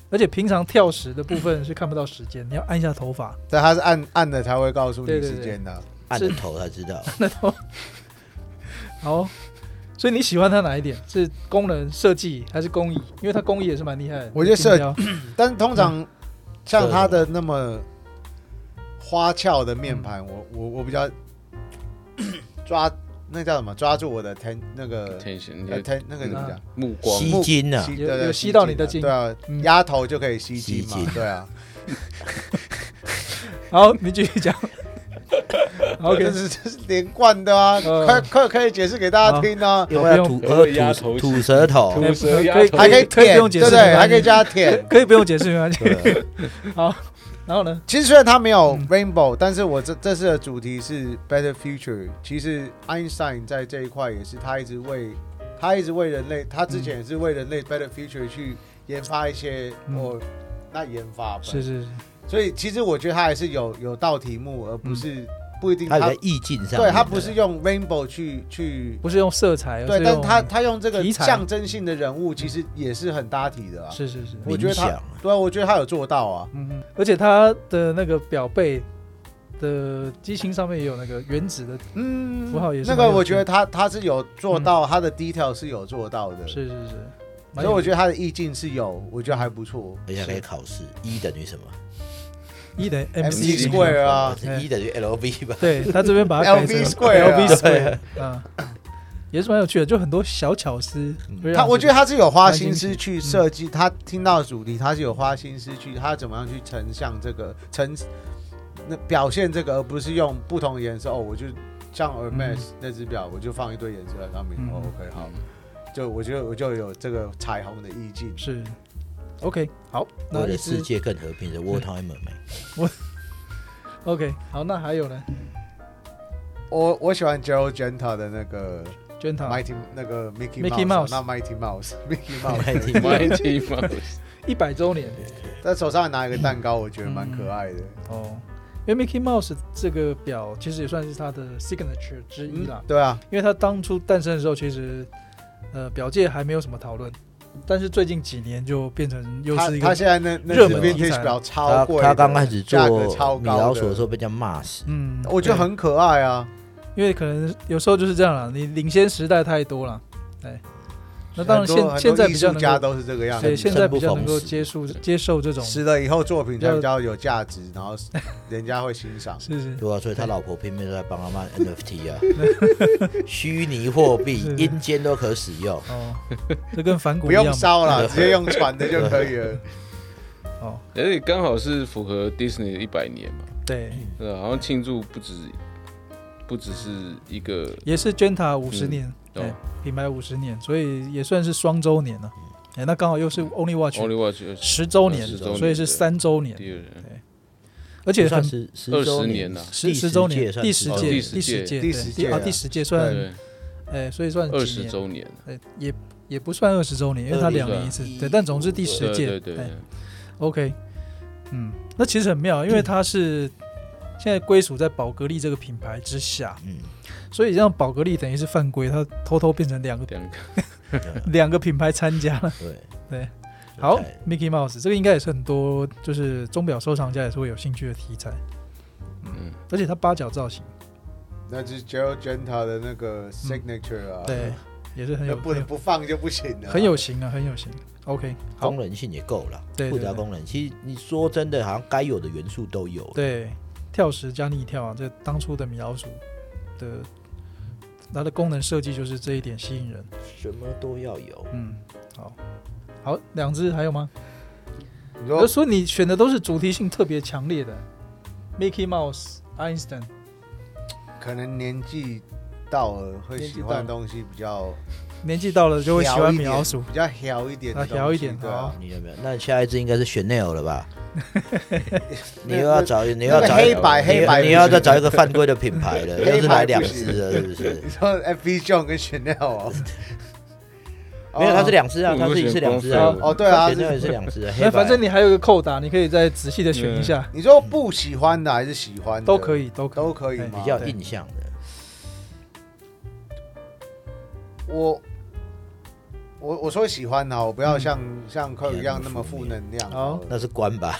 Speaker 1: 而且平常跳时的部分是看不到时间，你要按一下头发，
Speaker 4: 但它是按按的才会告诉你
Speaker 1: 对对
Speaker 4: 时间的啊。
Speaker 2: 按着头才 知道，
Speaker 1: 好，所以你喜欢它哪一点？是功能设计还是工艺？因为它工艺也是蛮厉害的。
Speaker 4: 我觉得设
Speaker 1: 精雕
Speaker 4: 但是通
Speaker 1: 嗯
Speaker 4: 常像它的那么花俏的面
Speaker 1: 嗯
Speaker 4: 盘，我我我比较 抓那叫什么？抓住我的 ten 那个
Speaker 3: attention，你
Speaker 4: 呃
Speaker 3: 的
Speaker 4: ten 那个怎
Speaker 1: 嗯
Speaker 4: 么讲？
Speaker 3: 目光
Speaker 2: 吸睛啊，
Speaker 4: 吸
Speaker 1: 有
Speaker 4: 对对
Speaker 1: 有
Speaker 4: 吸
Speaker 1: 吸到你的
Speaker 4: 睛
Speaker 1: 筋
Speaker 4: 啊对啊
Speaker 1: 嗯，
Speaker 4: 压头就可以吸
Speaker 2: 吸
Speaker 4: 睛嘛
Speaker 2: 睛，
Speaker 4: 对啊。
Speaker 1: 好，你继续讲。OK，
Speaker 4: 这是这是连贯的啊，
Speaker 1: 嗯
Speaker 4: 快快可以解释给大家听啊，
Speaker 2: 因为要吐
Speaker 3: 不用
Speaker 2: 要吐吐舌头
Speaker 3: 吐。毒蛇压
Speaker 1: 可以
Speaker 3: 头
Speaker 4: 还可以
Speaker 1: 可以
Speaker 4: 舔，
Speaker 1: 不用解释，
Speaker 4: 对不对？
Speaker 1: 没关系
Speaker 4: 还可以加舔。
Speaker 1: 可以不用解释没关系。
Speaker 2: 对
Speaker 1: 好，然后呢？
Speaker 4: 其实虽然它没有
Speaker 1: 嗯
Speaker 4: rainbow，、但是我这这次的主题是 better future。其实 Einstein 在这一块也是他一直为他一直为人类，他之前也是为人类 better future 去研发一些、
Speaker 1: 嗯
Speaker 4: 哦，那研发吧。
Speaker 1: 是是是，
Speaker 4: 所以其实我觉得他还是有有到题目，而
Speaker 1: 嗯
Speaker 4: 不是、不一定
Speaker 2: 他
Speaker 4: 他
Speaker 2: 有在意境上面的，
Speaker 4: 对他不是用 rainbow 去去
Speaker 1: 不是用色彩，而
Speaker 4: 对，
Speaker 1: 是
Speaker 4: 但
Speaker 1: 用
Speaker 4: 他他用这个
Speaker 1: 题材
Speaker 4: 象征性的人物，其实也是很搭题的啊。
Speaker 1: 是是是，
Speaker 4: 我觉得他
Speaker 2: 冥想啊
Speaker 4: 对啊，我觉得他有做到啊。
Speaker 1: 嗯嗯，而且他的那个表背的机芯上面也有那个原子的，
Speaker 4: 嗯
Speaker 1: 符号也是
Speaker 4: 那
Speaker 1: 蛮
Speaker 4: 个
Speaker 1: 有
Speaker 4: 我
Speaker 1: 趣
Speaker 4: 觉得他他是有做到，他的 detail 是有做到的，
Speaker 1: 是是是，
Speaker 4: 所以我觉得他的意境是有，我觉得还不错。
Speaker 2: 而且还可以考试，一等于什么？
Speaker 1: 一等于
Speaker 4: MC
Speaker 1: MC
Speaker 4: square 啊
Speaker 2: 一等于 LV 吧？
Speaker 1: 对他这边把 它改成
Speaker 4: LV square 啊
Speaker 1: LV square，嗯，也是蛮有趣的，就很多小巧思
Speaker 2: 嗯。
Speaker 1: 会让
Speaker 4: 他我
Speaker 1: 这
Speaker 4: 觉
Speaker 1: 个
Speaker 4: 得他是有花心思去
Speaker 1: 嗯
Speaker 4: 设计，他听到的主题，他是有花心思去，他怎么样去呈像这个呈那表现这个，而不是用不同的颜色。哦，我就像 Hermes 那只表，我就放一堆颜色在上面。
Speaker 1: 嗯
Speaker 4: 哦，OK，好，就我觉得我就有这个彩虹的意境。
Speaker 1: 是 OK 好，那
Speaker 2: 为
Speaker 1: 一
Speaker 2: 了
Speaker 1: 只
Speaker 2: 世界更和
Speaker 4: 嗯
Speaker 2: 平的 Wartimer 美，
Speaker 1: OK 好，那还有呢
Speaker 4: 我我喜欢 Gerald Genta 的那个
Speaker 1: j e n t a
Speaker 4: Mighty 那个 Mickey
Speaker 1: Mickey
Speaker 4: Mouse，哦
Speaker 1: Mouse
Speaker 4: 那 Mighty Mouse，Mickey
Speaker 2: 麦
Speaker 4: Mouse，
Speaker 2: 蒂
Speaker 3: 麦蒂嘛，
Speaker 1: 一百周年
Speaker 4: 在手上拿一个蛋糕，我觉得
Speaker 1: 嗯
Speaker 4: 蛮可爱的。
Speaker 1: 哦，因为 Mickey Mouse 这个表其实也算是他的 signature 之一
Speaker 4: 嗯
Speaker 1: 啦，，
Speaker 4: 对啊，
Speaker 1: 因为他当初诞生的时候，其实呃表界还没有什么讨论，但是最近几年就变成又
Speaker 4: 他
Speaker 1: 是一
Speaker 4: 他
Speaker 1: 个
Speaker 4: 现在那那
Speaker 1: 热
Speaker 4: 只
Speaker 1: 门题材
Speaker 4: vintage 表超
Speaker 2: 他
Speaker 4: 贵的，
Speaker 2: 他刚开始做
Speaker 4: 价格超
Speaker 2: 米
Speaker 4: 高的
Speaker 2: 老鼠的时候被人家骂死，
Speaker 1: 嗯，
Speaker 4: 我觉得
Speaker 1: 对
Speaker 4: 很可爱啊。
Speaker 1: 因为可能有时候就是这样了，你领先时代太多了，对。那当然
Speaker 4: 很
Speaker 1: 现
Speaker 4: 多很多
Speaker 1: 现在
Speaker 4: 艺
Speaker 1: 比较
Speaker 4: 术家
Speaker 1: 能够，
Speaker 4: 都是这个样
Speaker 1: 对，
Speaker 4: 子，
Speaker 1: 现在比较能够接受接受这种，
Speaker 4: 死了以后作品才
Speaker 1: 就
Speaker 4: 比较有价值，然后人家会欣赏。
Speaker 1: 是是，
Speaker 2: 对啊，所以他老婆拼命都在帮他 卖 NFT 啊，虚拟货币
Speaker 1: 是
Speaker 2: 阴间都可使用。
Speaker 1: 哦，这跟反骨
Speaker 4: 不
Speaker 1: 一样
Speaker 4: 用
Speaker 1: 嘛，
Speaker 4: 烧了，直接用传的就可以了。
Speaker 1: 哦，
Speaker 3: 而且刚好是符合 Disney 一百年嘛，
Speaker 1: 对，
Speaker 3: 对吧？啊好像庆祝不止不只是一个
Speaker 1: 也是 Genta 五十
Speaker 3: 嗯
Speaker 1: 年，对
Speaker 3: 哦
Speaker 1: 品牌五十年，所以也算是双周年了。哎，那刚好又是 Only Watch
Speaker 3: Only Watch 二十
Speaker 1: 十周年
Speaker 3: 10周，年
Speaker 1: 所以是三周年，
Speaker 3: 第二人，
Speaker 1: 而且很
Speaker 2: 算是十
Speaker 3: 二
Speaker 2: 周
Speaker 3: 十年呐
Speaker 1: 十
Speaker 2: 第
Speaker 1: 十周
Speaker 2: 届
Speaker 1: 年，
Speaker 2: 算
Speaker 1: 第
Speaker 2: 十
Speaker 1: 十
Speaker 2: 周
Speaker 1: 届，
Speaker 2: 年
Speaker 3: 哦第十
Speaker 1: 第十
Speaker 3: 届
Speaker 1: 届，
Speaker 4: 第
Speaker 1: 对
Speaker 4: 十
Speaker 1: 第
Speaker 4: 届
Speaker 1: 啊
Speaker 4: 啊
Speaker 1: 第十届算，
Speaker 3: 对，
Speaker 1: 哎，所以算
Speaker 3: 二
Speaker 1: 几
Speaker 3: 十
Speaker 1: 年
Speaker 3: 周年，
Speaker 1: 呃，也也不算二十周年，因为它两年一次，
Speaker 2: 20
Speaker 1: 对，但总之第
Speaker 3: 对
Speaker 1: 十届，
Speaker 3: 对对
Speaker 1: 哎
Speaker 3: 对，
Speaker 1: OK，嗯，那其实很妙，因为它是现在归属在宝格丽这个品牌之下，
Speaker 2: 嗯，
Speaker 1: 所以让宝格丽等于是犯规，它偷偷变成两个
Speaker 3: 两个
Speaker 4: 嗯
Speaker 1: 两个品牌参加了。
Speaker 2: 对
Speaker 1: 对， 好
Speaker 2: 就在
Speaker 1: ，Mickey Mouse 这个应该也是很多就是钟表收藏家也是会有兴趣的题材，
Speaker 3: 嗯，
Speaker 1: 而且它八角造型，
Speaker 4: 那就是 Gerald Genta 的那个 signature 啊，
Speaker 1: 嗯对，，也是很
Speaker 4: 那
Speaker 1: 有
Speaker 4: 不
Speaker 1: 很
Speaker 4: 能
Speaker 1: 有
Speaker 4: 不放就不行了。
Speaker 1: 很有型啊，很有型。OK，好
Speaker 2: 功，能性也够了，
Speaker 1: 对对
Speaker 2: 复杂功能。其实你说真的，好像该有的元素都有。
Speaker 1: 对，跳石加逆跳啊，这当初的米老鼠的它的功能设计就是这一点吸引人。
Speaker 2: 什么都要有。
Speaker 1: 嗯，好，好，两只还有吗？
Speaker 4: 你
Speaker 1: 我
Speaker 4: 说
Speaker 1: 说你选的都是主题性特别强烈的，Mickey Mouse、Einstein，
Speaker 4: 可能年纪到了会喜欢的东西比较
Speaker 1: 年纪到了就会喜欢
Speaker 4: 一
Speaker 1: 米
Speaker 4: 点
Speaker 1: 老鼠。
Speaker 4: 比较摇一点的
Speaker 1: 啊
Speaker 4: 东西，
Speaker 1: 摇一点
Speaker 4: 对
Speaker 1: 好
Speaker 4: 啊。
Speaker 2: 你有没有？那下一支应该是 Chanel 了吧？你又
Speaker 4: 那
Speaker 2: 要找，你又
Speaker 1: 哦
Speaker 4: 那
Speaker 2: 要
Speaker 4: 个
Speaker 2: 找
Speaker 4: 啊黑白
Speaker 2: 你
Speaker 4: 黑白不行，
Speaker 2: 你又要再找一个犯规的品牌 了，又是来两支了，是不是
Speaker 4: 你？说 FB John 跟 Chanel 哦，
Speaker 1: 哦
Speaker 2: 没有，它是两支啊，
Speaker 3: 我
Speaker 2: 它自己是两支啊
Speaker 3: 我。
Speaker 4: 哦，对啊，
Speaker 2: 它 Chanel 也
Speaker 4: 是
Speaker 2: 是两支啊。黑
Speaker 1: 那
Speaker 2: 白
Speaker 1: 反正你还有一个扣打，你可以再仔细的选一下，
Speaker 4: 你说不喜欢的还是喜欢的
Speaker 1: 都可，以，都可以。
Speaker 4: 都可以吗？
Speaker 2: 哎比较印象的，
Speaker 4: 我我我说喜欢的啊，我不要像像 c
Speaker 2: 不
Speaker 4: o 一
Speaker 2: 要
Speaker 4: 样
Speaker 2: 那
Speaker 4: 那
Speaker 2: 么
Speaker 4: 么
Speaker 2: 嗯负
Speaker 4: 负
Speaker 2: 面
Speaker 4: 能量。
Speaker 1: 好
Speaker 2: 那是官吧？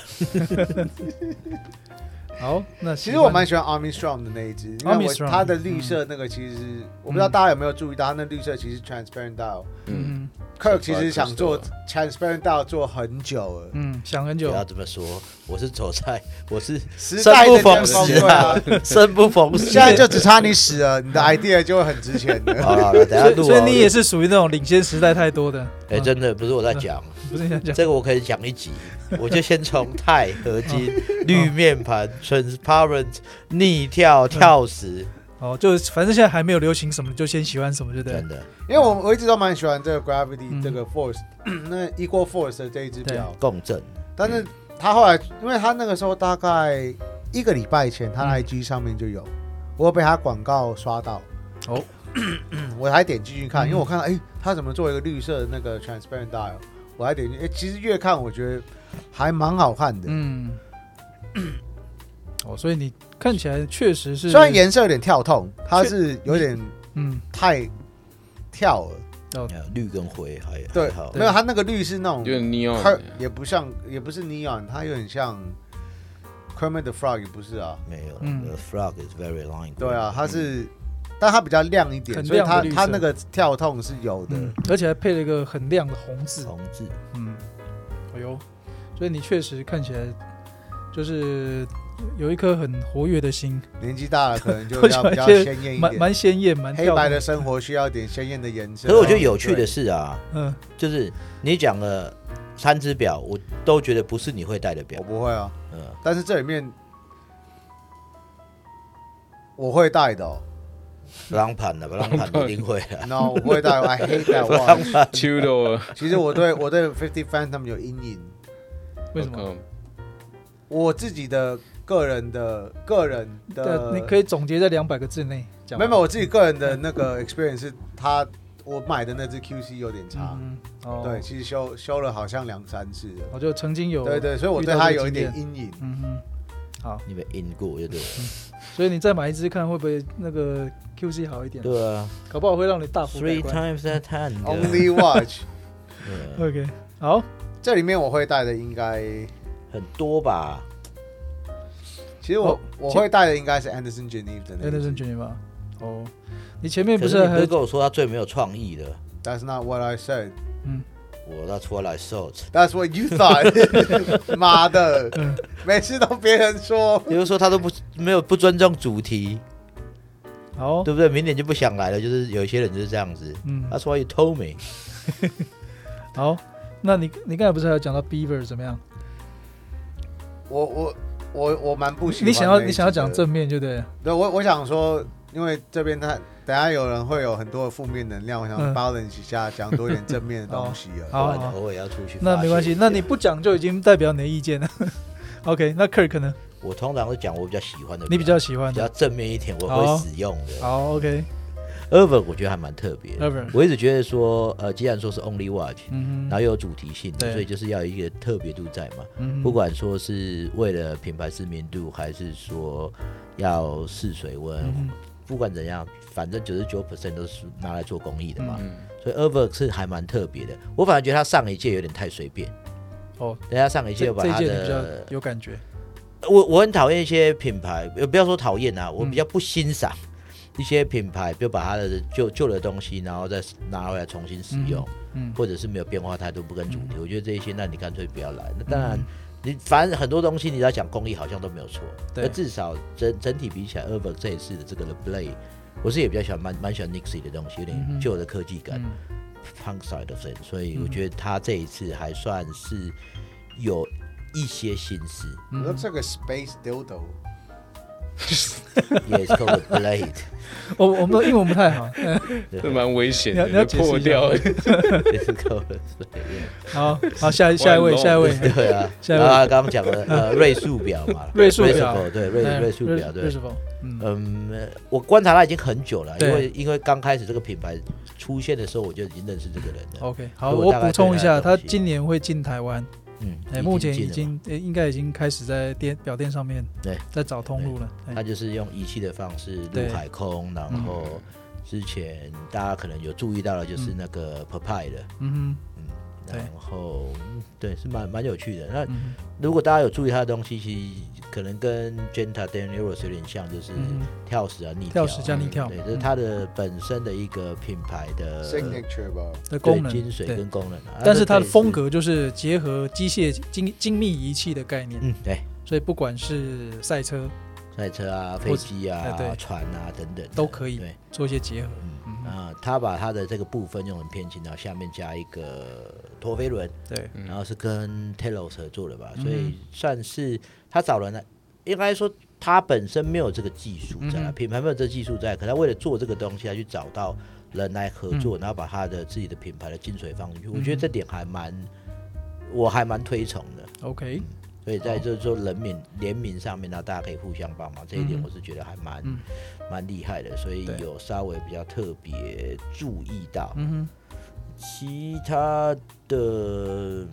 Speaker 1: 好，那
Speaker 4: 其
Speaker 1: 喜
Speaker 4: 实我
Speaker 1: 欢
Speaker 4: 蛮喜欢 Armstrong 的那一只，因为我
Speaker 1: Armstrong，
Speaker 4: 它的
Speaker 2: 嗯
Speaker 4: 绿色那个其实我不知道大家有没有注意到，它那绿色其实 transparent dial。
Speaker 3: 嗯，
Speaker 1: 嗯
Speaker 4: Kirk 其实想做
Speaker 3: Crystal
Speaker 4: transparent dial 做很久了，
Speaker 1: 嗯，想很
Speaker 2: 不
Speaker 1: 久，
Speaker 2: 要这么说，我是走在，我是
Speaker 4: 时
Speaker 2: 生
Speaker 4: 代
Speaker 2: 不
Speaker 4: 的
Speaker 2: 逢
Speaker 4: 巅
Speaker 2: 时
Speaker 4: 峰，对 啊。
Speaker 2: 生不逢时。啊
Speaker 4: 现在就只差你死了，你的 idea 就会很值钱的。
Speaker 2: 好了，等下
Speaker 1: 所以
Speaker 4: 啊
Speaker 2: 录
Speaker 1: 所以你也
Speaker 2: 完。
Speaker 1: 是属于那种领先时代太多的。
Speaker 2: 哎，真的不是我在 讲，
Speaker 1: 嗯不是你想讲，
Speaker 2: 这个我可以讲一集，我就先从钛合 金、绿面盘、transparent、逆
Speaker 4: 嗯
Speaker 2: 跳、跳石，
Speaker 1: 哦，就反正现在还没有流行什么，就先喜欢什么，就对了
Speaker 2: 真。的
Speaker 4: 因为我我一直都蛮喜欢这个 gravity、
Speaker 1: 嗯
Speaker 4: 这个 force 那 equal force 的这一只表，
Speaker 2: 共振。
Speaker 4: 但是他后来，因为他那个时候大概一个礼拜前，
Speaker 1: 嗯
Speaker 4: 他的 IG 上面就有，我有被他广告刷到，
Speaker 1: 哦，
Speaker 4: 我还点进去看，
Speaker 1: 嗯
Speaker 4: 因为我看到哎、他怎么做一个绿色的那个 transparent dial，我还点进去，哎、其实越看我觉得还蛮好看的，
Speaker 1: 嗯， 哦，所以你看起来确实是，
Speaker 4: 虽然颜色有点跳痛，它是有点
Speaker 1: 嗯，
Speaker 4: 太跳了，
Speaker 2: 还有呃绿跟灰还
Speaker 4: 哦对
Speaker 2: 还好，
Speaker 4: 没有，它那个绿是那种
Speaker 3: 有点 neon，
Speaker 4: 它
Speaker 2: 啊
Speaker 4: 也不像，也不是 neon，它有点像 Kermit the Frog，也不是啊。
Speaker 2: 没有。
Speaker 1: 嗯
Speaker 2: The frog is very long。
Speaker 4: 对啊，它
Speaker 2: 嗯
Speaker 4: 是，但它比较亮一点，
Speaker 1: 很
Speaker 4: 所以
Speaker 1: 亮的
Speaker 4: 它
Speaker 1: 绿色
Speaker 4: 它那个跳痛是有的。
Speaker 1: 嗯，而且还配了一个很亮的红字，
Speaker 2: 红字，
Speaker 1: 嗯，哎呦，所以你确实看起来就是有一颗很活跃的心，
Speaker 4: 年纪大了 可能就
Speaker 1: 我
Speaker 4: 要
Speaker 1: 喜欢
Speaker 4: 比较
Speaker 1: 一些
Speaker 4: 鲜艳一
Speaker 1: 蛮
Speaker 4: 点，
Speaker 1: 蛮鲜艳，蛮
Speaker 4: 黑
Speaker 1: 跳
Speaker 4: 白
Speaker 1: 动
Speaker 4: 的，生活需要点鲜艳的颜色。啊
Speaker 2: 可是我觉得有趣的是啊，
Speaker 1: 嗯，
Speaker 2: 就是你讲了三只表，我都觉得不是你会戴的表
Speaker 4: 我。不会啊，
Speaker 2: 嗯，
Speaker 4: 但是这里面我会戴 的、哦，
Speaker 2: 浪盘的吧，浪盘一定会啊 的。
Speaker 4: no，我不会戴，I hate that
Speaker 2: 不啊浪
Speaker 4: watch。
Speaker 2: 盘，
Speaker 3: 秋的，
Speaker 4: 其实我对我对 Fifty Phantom 有阴影，
Speaker 1: 为什么？？
Speaker 4: 我自己的个人的个人的，
Speaker 1: 呃，你可以总结在两百个字内讲
Speaker 4: 没
Speaker 1: 完。
Speaker 4: 有，没有我自己个人的那个 experience 是它，我买的那只 QC 有点差，
Speaker 1: 嗯，哦，
Speaker 4: 啊对，，其实修修了好像两三次了，
Speaker 1: 我就曾经有，
Speaker 4: 对，对，所以我对它有一点阴影。
Speaker 1: 嗯哼，
Speaker 2: 你们赢过就对了。
Speaker 1: 所以你再买一支看会不会那个 QC 好一点，
Speaker 2: 对啊
Speaker 1: 搞不好会让你大幅改
Speaker 2: ，three
Speaker 1: 观。
Speaker 2: times that 啊 time 的。
Speaker 4: Only watch
Speaker 2: 嗯
Speaker 1: OK，好，
Speaker 4: 这里面我会戴的应该，
Speaker 2: 很多吧？
Speaker 4: 其实我、
Speaker 1: 哦
Speaker 4: 我会戴的应该是 Anderson Geneve 的那
Speaker 1: 那
Speaker 4: 一只
Speaker 1: 那是卷吧？哦，你前面不
Speaker 2: 可是
Speaker 1: 是
Speaker 2: 你不
Speaker 1: 还
Speaker 2: 是跟我说他最没有创意的？
Speaker 4: That's not what I said.
Speaker 2: 我要出来 s o
Speaker 4: That's what you thought. 妈的，
Speaker 1: 嗯
Speaker 4: 每次都别人说。
Speaker 2: 比如说他都不没有不尊重主题，
Speaker 1: 好，
Speaker 2: 对不对？明年就不想来了，就是有一些人就是这样子。
Speaker 1: 嗯，
Speaker 2: 他说 you told me，
Speaker 1: 好，那你你刚才不是还有讲到 Beaver 怎么样？
Speaker 4: 我我我我蛮不喜欢
Speaker 1: 你想要
Speaker 4: 那一
Speaker 1: 你想要
Speaker 4: 集的
Speaker 1: 讲正面，就对了。
Speaker 4: 对我我想说，因为这边他等下有人会有很多的负面能量，我想
Speaker 1: 嗯哦
Speaker 4: balance 一下，讲多一点正面的东西啊 了。
Speaker 1: 好
Speaker 2: 不然
Speaker 1: 好
Speaker 2: 偶尔要出去。
Speaker 1: 那没关系，那你不讲就已经代表你的意见了。OK，那 Kirk 呢？
Speaker 2: 我通常是讲我比较喜欢的，
Speaker 1: 你比较哦喜欢
Speaker 2: 比较
Speaker 1: 的？
Speaker 2: 正面一点，我
Speaker 1: 好
Speaker 2: 会使用的。
Speaker 1: 好，OK，
Speaker 2: Urban 我觉得还蛮特别的。
Speaker 1: Urban
Speaker 2: 我一直觉得说，呃，既然说是 Only Watch，
Speaker 1: 嗯
Speaker 2: 然
Speaker 1: 哼
Speaker 2: 后又有主题性的，
Speaker 1: 对
Speaker 2: 所以就是要有一个特别度在嘛。
Speaker 1: 嗯哼，
Speaker 2: 不管说是为了品牌知名度，还是说要试水温，
Speaker 1: 嗯
Speaker 2: 不管怎样，反正九十九 percent 都是拿来做公益的嘛。
Speaker 3: 嗯，
Speaker 2: 所以 Urban 是还蛮特别的。我反而觉得他上一届有点太随便，
Speaker 1: 哼，哦，
Speaker 2: 人家上一届
Speaker 1: 这
Speaker 2: 有把
Speaker 1: 这一
Speaker 2: 他
Speaker 1: 届你比较
Speaker 2: 的
Speaker 1: 有感觉，
Speaker 2: 我我很讨厌一些品牌，呃，不要说讨厌啊，我
Speaker 1: 嗯
Speaker 2: 比较不欣赏一些品牌，就把它的旧旧的东西，然后再拿回来重新使用，
Speaker 1: 嗯，
Speaker 2: 或者是没有变化态度，不跟主题。我觉得这一些，那你干脆不要来。那
Speaker 1: 嗯
Speaker 2: 当然，你反正很多东西你要讲公益，好像都没有错。
Speaker 1: 对
Speaker 2: 那至少整整体比起来 u r b a n 这一次的这个 The Play，我是也比较喜欢蛮蛮喜欢 Nixie 的东西，有
Speaker 1: 嗯
Speaker 2: 点
Speaker 1: 哼
Speaker 2: 旧的科技感。
Speaker 1: 嗯
Speaker 2: punk side of things，所以我觉得他这一次还算是有一些心思
Speaker 1: 嗯
Speaker 4: Looks like a space dildo。
Speaker 2: ，yes called a blade，
Speaker 1: 我我们的英文不太好，嗯
Speaker 3: 这蛮危险
Speaker 1: 你要
Speaker 3: 的，
Speaker 1: 你要
Speaker 3: 会
Speaker 1: 解释一下
Speaker 3: 破掉。
Speaker 2: yes called a blade，
Speaker 1: 好好，下一下一位，下一位，
Speaker 2: 对啊，
Speaker 1: 下一位
Speaker 2: 然后他刚刚讲的呃瑞数表嘛，
Speaker 1: 瑞数表
Speaker 2: Raceable，对瑞瑞数表
Speaker 1: 瑞
Speaker 2: 对
Speaker 1: 士。风，嗯
Speaker 2: 嗯，我观察他已经很久了，
Speaker 1: 对
Speaker 2: 因为因为刚开始这个品牌出现的时候，我就已经认识这个人了。
Speaker 1: ，OK，好，
Speaker 2: 所以
Speaker 1: 我
Speaker 2: 我大概
Speaker 1: 补充一下，
Speaker 2: 对他
Speaker 1: 他
Speaker 2: 的东西
Speaker 1: 今年会进台湾，
Speaker 2: 嗯，
Speaker 1: 哎，目前已
Speaker 2: 进了嘛
Speaker 1: 经呃应该已经开始在店表店上面，
Speaker 2: 对，
Speaker 1: 在找通路了，哎
Speaker 2: 它就是用仪器的方式
Speaker 1: 对
Speaker 2: 入海空，然后之前大家可能有注意到的，就是那个 Papaya 的，
Speaker 1: 嗯对
Speaker 2: 然后嗯对，是蛮蛮有趣的。那
Speaker 1: 哼，嗯
Speaker 2: 如果大家有注意它的东西，其实可能跟 Genta Daniel Rose 有点像，就是
Speaker 1: 嗯
Speaker 2: 跳石啊、逆
Speaker 1: 跳
Speaker 2: 啊
Speaker 1: 石加逆跳
Speaker 2: 对，这是
Speaker 1: 嗯
Speaker 2: 它的本身的一个品牌的
Speaker 4: Signature 吧，
Speaker 1: 哼，的
Speaker 2: 对
Speaker 1: 功能，
Speaker 2: 精髓
Speaker 1: 对
Speaker 2: 跟功能啊。
Speaker 1: 但是它的风
Speaker 2: 格，
Speaker 1: 格就是结合机械精精密仪器的概念，
Speaker 2: 嗯，对，
Speaker 1: 所以不管是赛车
Speaker 2: 赛车啊、
Speaker 1: 或
Speaker 2: 飞
Speaker 1: 者
Speaker 2: 机
Speaker 1: 哎对
Speaker 2: 啊、船啊等等的
Speaker 1: 都可以
Speaker 2: 对。
Speaker 1: 做一些结合，嗯
Speaker 2: 嗯，啊，他把他的这个部分用很偏心，然后下面加一个陀飞轮，
Speaker 1: 对，
Speaker 3: 嗯
Speaker 2: 然后是跟 Telos 合作的吧，
Speaker 1: 嗯
Speaker 2: 所以算是他找人来，应该说他本身没有这个技术在
Speaker 1: 嗯
Speaker 2: 啊，
Speaker 1: 哼
Speaker 2: 品牌没有这个技术在，可他为了做这个东西，他去找到人来合作，然后把他的自己的品牌的精髓放进去，
Speaker 1: 嗯
Speaker 2: 我觉
Speaker 1: 嗯哼
Speaker 2: 得这点还蛮，我还蛮推崇的。
Speaker 1: OK，
Speaker 2: 所以在
Speaker 1: 哦
Speaker 2: 就是说人民联名上面呢，大家可以互相帮忙，这一
Speaker 1: 嗯
Speaker 2: 点
Speaker 1: 哼
Speaker 2: 我是觉得还蛮
Speaker 1: 嗯
Speaker 2: 蛮厉害的，所以
Speaker 1: 对
Speaker 2: 有稍微比较特别注意到。
Speaker 1: 嗯哼，
Speaker 2: 其他的，嗯，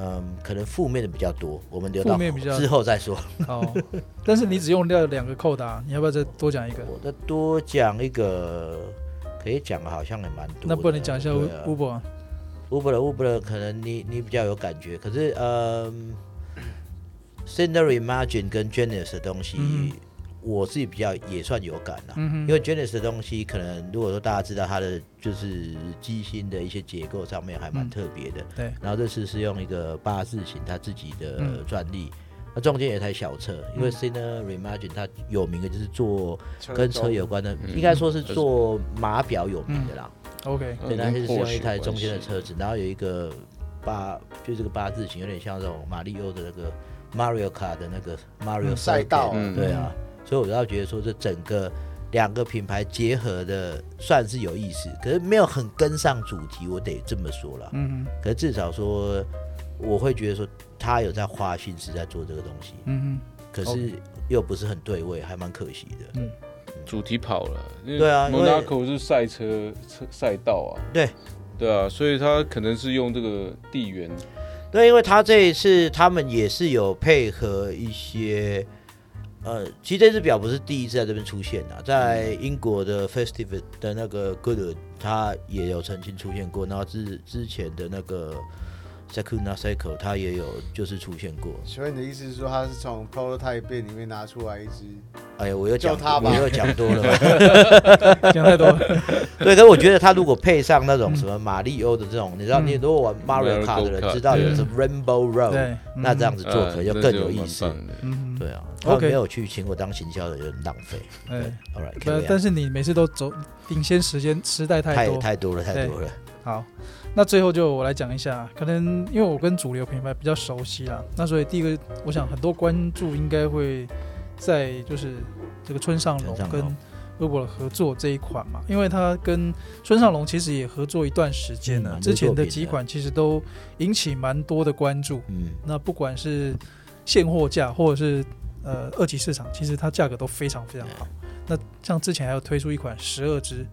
Speaker 2: 嗯可能负面的比较多，我们留
Speaker 1: 负
Speaker 2: 到
Speaker 1: 面比较
Speaker 2: 之后再说。
Speaker 1: 好， 但是你只用掉两个扣打，你要不要再多讲一个？
Speaker 2: 我再多讲一个，可以讲的好像也蛮多的。
Speaker 1: 那不然你讲一下
Speaker 2: 对啊
Speaker 1: Uber 啊
Speaker 2: Uber 的 Uber 的，可能你你比较有感觉，可是嗯 c i n e r y Margin 跟 Genius 的东西，
Speaker 1: 嗯
Speaker 2: 我自己比较也算有感啦、
Speaker 1: 嗯哼
Speaker 2: 因为 Genius 的东西，可能如果说大家知道它的就是机芯的一些结构上面还蛮
Speaker 1: 嗯
Speaker 2: 特别的，
Speaker 1: 对，
Speaker 2: 然后这次是用一个八字形它自己的
Speaker 1: 嗯
Speaker 2: 专利。那中间有一台小车，因为 Ciner Reimagine 它有名的就是做跟车有关的，
Speaker 3: 嗯
Speaker 2: 应该说是做码表有名的啦。
Speaker 1: OK，
Speaker 3: 嗯
Speaker 2: 对，它就是用一台
Speaker 3: 跟 Porsche
Speaker 2: 中间的
Speaker 3: 有关系
Speaker 2: 车子，然后有一个八，就是这个八字形，有点像这种马里奥的那个 Mario 卡的那个 Mario
Speaker 4: 嗯赛
Speaker 2: circuit，
Speaker 4: 道
Speaker 3: 嗯
Speaker 2: 对啊，所以我倒觉得说这整个两个品牌结合的算是有意思，可是没有很跟上主题，我得这么说了。
Speaker 1: 嗯哼
Speaker 2: 可是至少说，我会觉得说他有在花心思在做这个东西，
Speaker 1: 嗯
Speaker 2: 可是又不是很对位，还蛮可惜的。
Speaker 3: 主题跑了，
Speaker 2: 对啊因为
Speaker 3: Monaco 是赛车车赛道啊，
Speaker 2: 对
Speaker 3: 对啊，所以它可能是用这个地缘，
Speaker 2: 对，因为他这一次他们也是有配合一些，呃，其实这只表不是第一次在这边出现的，在英国的 Festival 的那个 Good，它也有曾经出现过，然后之之前的那个 Sakuna Cycle 它也有就是出现过。
Speaker 4: 所以你的意思是说，他是从 prototype 店里面拿出来一只？
Speaker 2: 哎呀，我又讲
Speaker 4: 就它吧
Speaker 2: 我又讲多了。
Speaker 1: 哼，讲太多了。
Speaker 2: 对，可是我觉得他如果配上那种什么马里欧的这种，你知道，你如果玩 Mario
Speaker 3: 嗯 Mario
Speaker 2: Kart 的人
Speaker 3: Kart，
Speaker 2: 知道有
Speaker 3: 对
Speaker 2: 是 Rainbow Road，
Speaker 1: 对，
Speaker 2: 那这样子做
Speaker 3: 呃
Speaker 2: 可能就
Speaker 3: 那
Speaker 2: 更
Speaker 3: 就
Speaker 2: 有
Speaker 3: 蛮
Speaker 2: 意思。
Speaker 3: 棒的
Speaker 1: 嗯哼，
Speaker 2: 对啊，他们
Speaker 1: OK
Speaker 2: 没有去请我当行销的，有点浪费。对
Speaker 1: 哎，
Speaker 2: ，All right，可
Speaker 1: 但
Speaker 2: 以啊
Speaker 1: 但是你每次都走领先时间时代太
Speaker 2: 太
Speaker 1: 多，
Speaker 2: 太多了，太多了。
Speaker 1: 好，那最后就我来讲一下，可能因为我跟主流品牌比较熟悉啦，那所以第一个，我想很多关注应该会在就是这个村上龙
Speaker 2: 村上
Speaker 1: 跟
Speaker 2: 龙
Speaker 1: 微博的合作这一款嘛，因为它跟村上龙其实也合作一段时间了，
Speaker 2: 嗯
Speaker 1: 之前的几款其实都引起蛮多的关注。
Speaker 2: 嗯，
Speaker 1: 那不管是现货价或者是呃二级市场，其实它价格都非常非常好。那像之前还有推出一款十二支，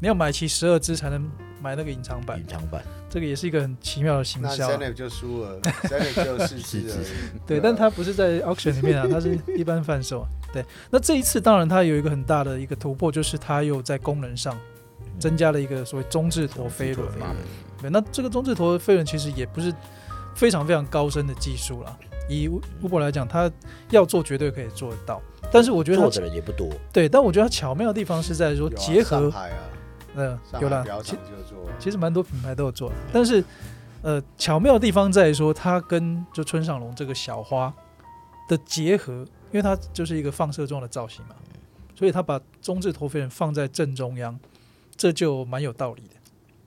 Speaker 1: 你要买齐十二支才能买那个隐藏版
Speaker 2: 隐，藏版
Speaker 1: 这个也是一个很奇妙的行
Speaker 4: 那
Speaker 1: 销
Speaker 4: z
Speaker 1: 啊、
Speaker 4: e n e 就输了 z e n e 只有四
Speaker 2: 是
Speaker 4: 只而
Speaker 2: 是
Speaker 4: 已。
Speaker 1: 对，但它不是在 auction 里面 啊，它是一般贩售啊。对，那这一次当然它有一个很大的一个突破，就是它又在功能上
Speaker 4: 嗯
Speaker 1: 增加了一个所谓中置陀飞轮嘛。对，那这个中置陀飞轮其实也不是非常非常高深的技术啦。以乌博来讲，它要做绝对可以做得到，但是我觉得
Speaker 2: 做
Speaker 1: 它
Speaker 2: 的人也不多。
Speaker 1: 对，但我觉得它巧妙的地方是在说
Speaker 4: 有啊
Speaker 1: 结合
Speaker 4: 上，海啊，
Speaker 1: 嗯、
Speaker 4: 上
Speaker 1: 有
Speaker 4: 海
Speaker 1: 啦，
Speaker 4: 表
Speaker 1: 其
Speaker 4: 厂就做。
Speaker 1: 其实蛮多品牌都有做的，但是呃，巧妙的地方在于说它跟就村上龙这个小花的结合，因为它就是一个放射状的造型嘛，所以它把中置陀飞轮放在正中央，这就蛮有道理的。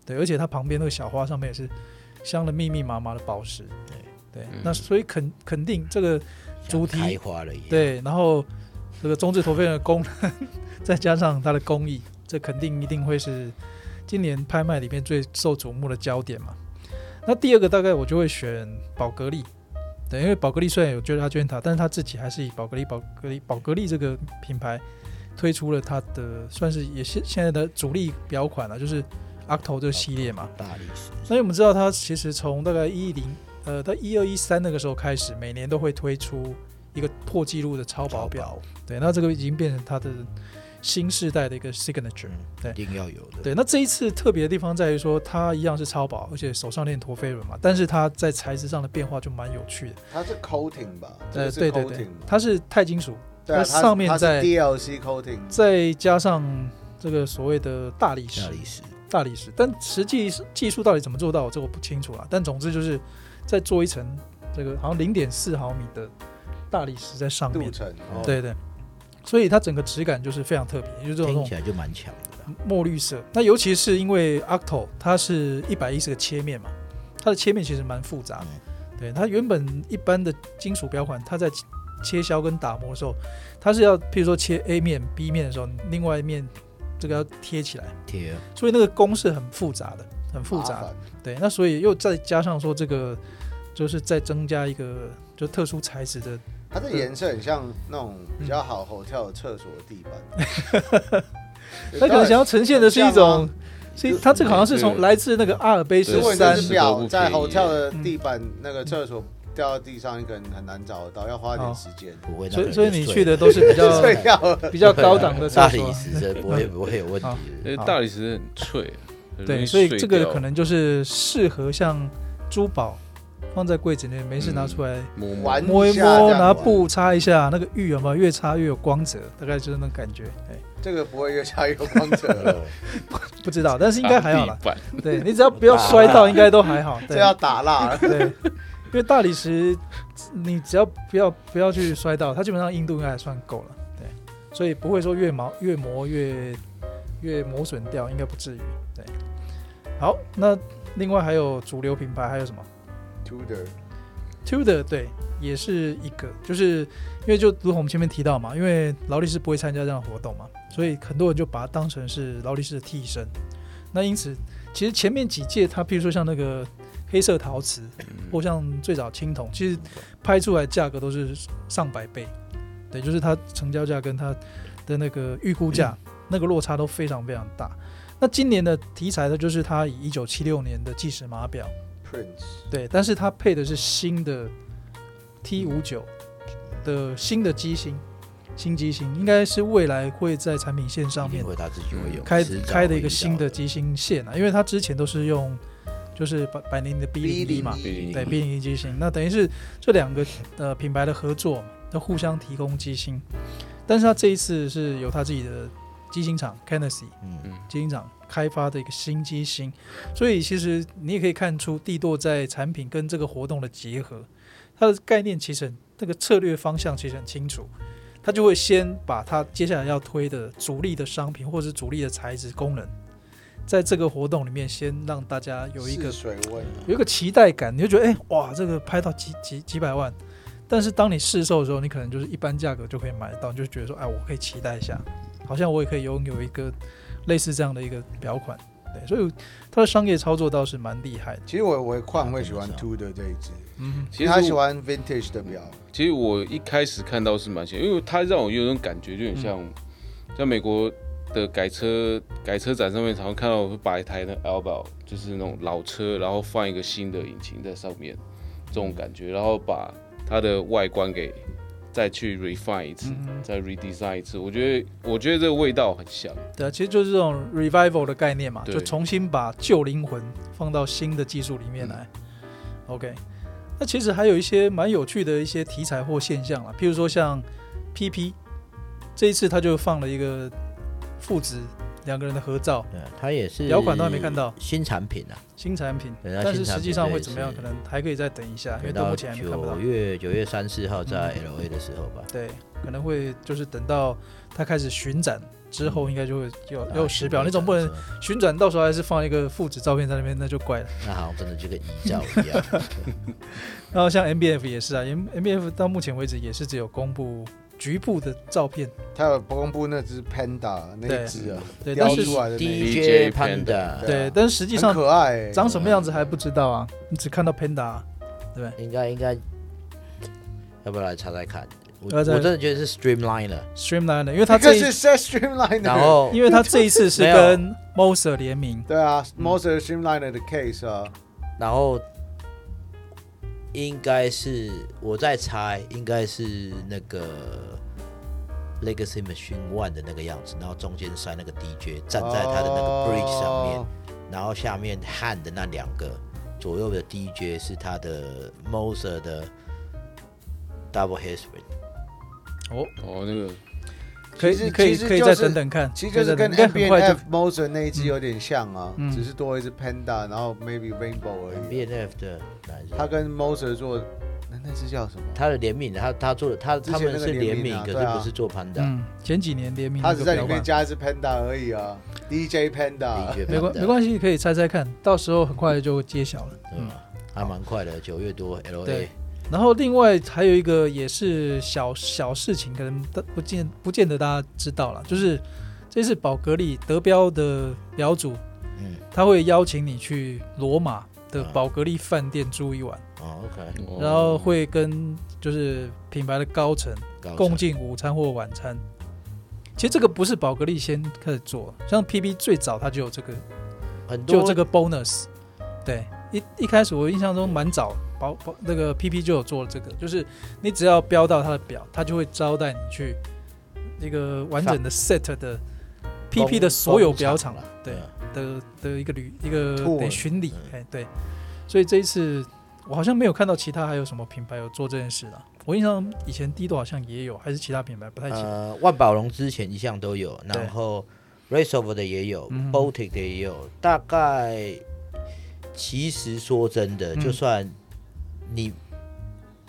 Speaker 1: 对，而且它旁边那个小花上面也是镶了密密麻麻的宝石。对，
Speaker 3: 嗯
Speaker 1: 那所以肯肯定这个主题
Speaker 2: 像开花了一样。，
Speaker 1: 对，然后这个中置陀飞轮的功能， 再加上它的工艺，这肯定一定会是今年拍卖里面最受瞩目的焦点嘛。那第二个大概我就会选宝格丽，对，因为宝格丽虽然有 j 拉娟塔，但是他自己还是以宝格丽、宝格丽、宝格丽这个品牌推出了它的算是也现现在的主力表款了、就是 Octo 这个系列嘛。
Speaker 2: 大历史。
Speaker 1: 所以我们知道，它其实从大概一零呃到一二一三那个时候开始，每年都会推出一个破纪录的超薄表。对，那这个已经变成它的新时代的一个 signature
Speaker 2: 嗯。
Speaker 1: 对
Speaker 2: 一定要有的。
Speaker 1: 对，那这一次特别的地方在于说，它一样是超薄，而且手上链陀飞轮嘛，但是它在材质上的变化就蛮有趣的。
Speaker 4: 它是 coating 吧？这
Speaker 1: 呃，对
Speaker 4: 个是
Speaker 1: 对对
Speaker 4: coating 嘛，
Speaker 1: 它是钛金属，
Speaker 4: 对啊，
Speaker 1: 它上面
Speaker 4: 它是
Speaker 1: 在
Speaker 4: DLC coating，
Speaker 1: 再加上这个所谓的大理石
Speaker 2: 大，历史。
Speaker 1: 大理石，但实际是技术到底怎么做到，这我不清楚啦。但总之就是再做一层这个好像零点四毫米的大理石在上
Speaker 4: 镀
Speaker 1: 面，
Speaker 4: 层。哦，
Speaker 1: 对对，所以它整个质感就是非常特别，就是这
Speaker 2: 听
Speaker 1: 种
Speaker 2: 起来就蛮强的啦。
Speaker 1: 墨绿色。那尤其是因为 Octo 它是一百一十个切面嘛，它的切面其实蛮复杂的。
Speaker 2: 嗯
Speaker 1: 对，它原本一般的金属表款，它在切切削跟打磨的时候，它是要譬如说切 A 面、B 面的时候，另外一面这个要贴起来。
Speaker 2: 贴
Speaker 1: 所以那个工是很复杂的，很复杂
Speaker 4: 麻
Speaker 1: 的。
Speaker 4: 烦
Speaker 1: 对，那所以又再加上说这个，就是再增加一个就特殊材质的，
Speaker 4: 它的颜色很像那种比较好 hotel 的厕所地板。
Speaker 1: 他可能想要呈现的是一种，是一
Speaker 4: 就
Speaker 1: 它这个好像是从
Speaker 3: 对
Speaker 1: 来自那个阿尔卑
Speaker 4: 如
Speaker 1: 斯
Speaker 4: 果你
Speaker 1: 山
Speaker 4: 这
Speaker 3: 是十多
Speaker 4: 只表
Speaker 3: 不
Speaker 4: 在
Speaker 3: 便宜
Speaker 4: hotel 的地板那个厕所掉到地上，你可能很难找得到，要花一
Speaker 1: 哦
Speaker 4: 点时间。
Speaker 2: 不会那
Speaker 1: 所
Speaker 2: 么
Speaker 1: 以所以
Speaker 2: 人就
Speaker 1: 你
Speaker 2: 睡
Speaker 1: 去
Speaker 2: 了
Speaker 1: 的都是比 较
Speaker 4: 睡觉了，
Speaker 1: 比较高档的厕
Speaker 2: 啊大
Speaker 1: 所啊
Speaker 2: 理。石，这 不会不会有问题
Speaker 3: 因
Speaker 2: 的。
Speaker 3: 为
Speaker 1: 好
Speaker 3: 哎大理石很脆，很容
Speaker 1: 对，
Speaker 3: 易
Speaker 1: 所以
Speaker 3: 碎
Speaker 1: 这个
Speaker 3: 掉
Speaker 1: 可能就是适合像珠宝放在柜子里面，没事拿出来
Speaker 3: 摸摸
Speaker 4: 玩
Speaker 1: 摸一
Speaker 4: 嗯一下
Speaker 1: 摸，
Speaker 4: 这样
Speaker 1: 拿
Speaker 4: 玩
Speaker 1: 布擦一下，那个玉有没有越擦越有光泽，大概就是那种感觉。哎，
Speaker 4: 这个不会越下越光泽，
Speaker 2: 呃
Speaker 1: 不知道，但是应该还好啦
Speaker 3: 打。地板
Speaker 1: 对你只要不要摔到，应该都还好。
Speaker 4: 这
Speaker 1: 对
Speaker 4: 要打蜡了。
Speaker 1: 对，因为大理石你只要不要不要去摔到，它基本上硬度应该还算够了，对，所以不会说越磨越磨越越磨损掉，应该不至于。对，好，那另外还有主流品牌还有什么
Speaker 4: Tudor
Speaker 1: Tudor 对，也是一个，就是因为就如同我们前面提到嘛，因为劳力士不会参加这样的活动嘛，所以很多人就把它当成是劳力士的替身。那因此，其实前面几届它，譬如说像那个黑色陶瓷，或像最早青铜，其实拍出来价格都是上百倍，对，就是它成交价跟它的那个预估价、那个落差都非常非常大。那今年的题材呢，就是它以一九七六年的计时码表，
Speaker 4: Prince
Speaker 1: 对，但是它配的是新的 T 五九的新的机型，新机型应该是未来会在产品线上
Speaker 2: 一
Speaker 1: 面
Speaker 2: 定会他自己会有
Speaker 1: 开
Speaker 2: 迟早
Speaker 1: 开的
Speaker 2: 会
Speaker 1: 一个
Speaker 2: 遇
Speaker 1: 新
Speaker 2: 到
Speaker 1: 的机芯线啊，因为它之前都是用就是百百年的 B 零一嘛，对 B 零一机芯，那等于是这两个呃品牌的合作嘛，那互相提供机芯，但是它这一次是由它自己的机芯厂 Kennedy
Speaker 2: 嗯，
Speaker 1: 基金长开发的一个新机型，所以其实你也可以看出帝舵在产品跟这个活动的结合，它的概念其实很这个策略方向其实很清楚，它就会先把它接下来要推的主力的商品或者是主力的材质功能，在这个活动里面先让大家有一个
Speaker 4: 试水温啊，
Speaker 1: 有一个期待感，你就觉得哎、哇，这个拍到几几几百万，但是当你试售的时候，你可能就是一般价格就可以买得到，你就觉得说哎，我可以期待一下，好像我也可以拥有一个类似这样的一个表款，对，所以它的商业操作倒是蛮厉害的，
Speaker 4: 其实我我矿会喜欢
Speaker 2: 啊
Speaker 4: Tudor 这一只，
Speaker 1: 嗯，
Speaker 3: 其
Speaker 4: 因为
Speaker 3: 实
Speaker 4: 他喜
Speaker 3: 我
Speaker 4: 欢 Vintage 的表，
Speaker 3: 其实我一开始看到是蛮喜欢，因为它让我有种感觉，就很像、
Speaker 1: 嗯
Speaker 3: 像美国的改车改车展上面，常常看到会把一台那 Alba 就是那种老车，然后放一个新的引擎在上面，这种感觉，然后把它的外观给再去 refine 一次，
Speaker 1: 嗯
Speaker 3: 再 redesign 一次。我觉得我觉得这个味道很像，
Speaker 1: 对啊，其实就是这种 revival 的概念嘛，
Speaker 3: 对
Speaker 1: 就重新把旧灵魂放到新的技术里面来。OK，那其实还有一些蛮有趣的一些题材或现象啦，譬如说像 PP，这一次他就放了一个父子两个人的合照，
Speaker 2: 对，他也是
Speaker 1: 表款都还没看到
Speaker 2: 新产品啊，
Speaker 1: 新产品，
Speaker 2: 对它
Speaker 1: 但是
Speaker 2: 新产
Speaker 1: 实
Speaker 2: 品
Speaker 1: 际上
Speaker 2: 这
Speaker 1: 会
Speaker 2: 一
Speaker 1: 怎么样，
Speaker 2: 次
Speaker 1: 可能还可以再等一下，啊因为到嗯
Speaker 2: 到
Speaker 1: 目前还没看不到
Speaker 2: 九。月九月三四号在 L A 的时候吧，
Speaker 1: 对，可能会就是等到他开始巡展之后，应该就会有
Speaker 2: 啊
Speaker 1: 有时表，你总不能巡展到时候还是放一个父子照片在那边，那就怪了。
Speaker 2: 那好像真的就跟遗照一 样，
Speaker 1: 然后像 MBF 也是啊，M MBF 到目前为止也是只有公布局部的照片，
Speaker 4: 他有公布那只 Panda 那
Speaker 1: 对
Speaker 4: 一只啊，
Speaker 1: 对，但
Speaker 4: 雕
Speaker 1: 是
Speaker 4: 出来的那一
Speaker 2: DJ
Speaker 3: DJ
Speaker 2: Panda
Speaker 4: 对
Speaker 1: 对
Speaker 4: 啊，
Speaker 1: 但是实际
Speaker 4: 只，
Speaker 1: 上
Speaker 4: 很可嗯爱欸，
Speaker 1: 长什么样子还不知道啊，你只看到 Panda，对啊不对
Speaker 2: 应该应该，要不要来查查看？我
Speaker 1: 要
Speaker 2: 我
Speaker 1: 再
Speaker 2: 真的觉得是 Streamline 了，
Speaker 1: ？Streamline，因为
Speaker 4: 他
Speaker 1: 它这
Speaker 4: 这
Speaker 1: 一
Speaker 4: 哎是 Set Streamline
Speaker 2: 然
Speaker 4: 的，
Speaker 2: 后
Speaker 1: 因为它这一次是
Speaker 2: 没有
Speaker 1: 跟 Moser 联名，
Speaker 4: 对啊，Monster Streamline 的 case 啊，
Speaker 2: 然后应该是我在猜，应该是那个 Legacy Machine One 的那个样子，然后中间塞那个 DJ 站在他的那个 bridge 上面，
Speaker 4: 哦
Speaker 2: 然后下面焊的那两个左右的 DJ 是他的 Moser 的 Double Headspin，
Speaker 1: 哦，
Speaker 3: 哦，那个
Speaker 1: 可以
Speaker 4: 其实
Speaker 1: 你可以
Speaker 4: 其实
Speaker 1: 可以
Speaker 4: 就
Speaker 1: 再
Speaker 4: 是
Speaker 1: 等等看，
Speaker 4: 其实就是
Speaker 1: 可以
Speaker 4: 跟
Speaker 1: 再等等
Speaker 4: M
Speaker 1: 看应
Speaker 4: B
Speaker 1: 该很快
Speaker 4: F
Speaker 1: 就
Speaker 4: Moser 那一只有点像啊，
Speaker 1: 嗯
Speaker 4: 只是多一只 Panda，然后 maybe Rainbow 而已啊。
Speaker 2: B N F 的哪一只？
Speaker 4: 他跟 Moser 做，那那只叫什么？
Speaker 2: 他的联名，他他做的他
Speaker 4: 之
Speaker 2: 他
Speaker 4: 前
Speaker 2: 们是
Speaker 4: 那个联
Speaker 2: 联
Speaker 4: 名
Speaker 2: 名，
Speaker 4: 啊
Speaker 2: 可
Speaker 4: 对啊
Speaker 2: 是不是做 Panda。
Speaker 1: 嗯，前几年联名
Speaker 4: 他
Speaker 1: 那
Speaker 4: 只
Speaker 1: 个
Speaker 4: 在
Speaker 1: 标
Speaker 4: 里面
Speaker 1: 版，
Speaker 4: 加一只 Panda 而已啊，DJ Panda。
Speaker 2: DJ
Speaker 1: 没关
Speaker 2: Panda
Speaker 1: 没关系，可以猜猜看，到时候很快就揭晓了。
Speaker 2: 对吧？还蛮快的，九月多 L
Speaker 1: 嗯对
Speaker 2: A，
Speaker 1: 然后另外还有一个也是小小事情，可能大不见不见得大家知道了，就是这次宝格丽德标的表主，
Speaker 2: 嗯，
Speaker 1: 他会邀请你去罗马的
Speaker 2: 啊
Speaker 1: 宝格丽饭店住一晚，
Speaker 2: 哦，OK，
Speaker 3: 哦
Speaker 1: 然后会跟就是品牌的高层
Speaker 2: 高
Speaker 1: 嗯
Speaker 2: 层
Speaker 1: 共进午餐或晚餐。其实这个不是宝格丽先开始做，像 PB 最早它就有这个
Speaker 2: 很多嗯
Speaker 1: 就这个 bonus，对，一一开始我印象中蛮早，保保那个 PP 就有做了这个，就是你只要标到它的表，它就会招待你去一个完整的 set 的 PP 的所有表厂
Speaker 2: 了，
Speaker 1: 对
Speaker 2: 啊
Speaker 1: 的的一个旅一个
Speaker 4: Tour
Speaker 1: 得巡礼
Speaker 2: 嗯，
Speaker 1: 哎对，所以这一次我好像没有看到其他还有什么品牌有做这件事了。我印象以前低度好像也有，还是其他品牌不太清楚。
Speaker 2: 呃，万宝龙之前一向都有，
Speaker 1: 对
Speaker 2: 然后 Race of 的也有
Speaker 1: 嗯
Speaker 2: ，Baltic 的也有，大概其实说真的，
Speaker 1: 嗯
Speaker 2: 就算你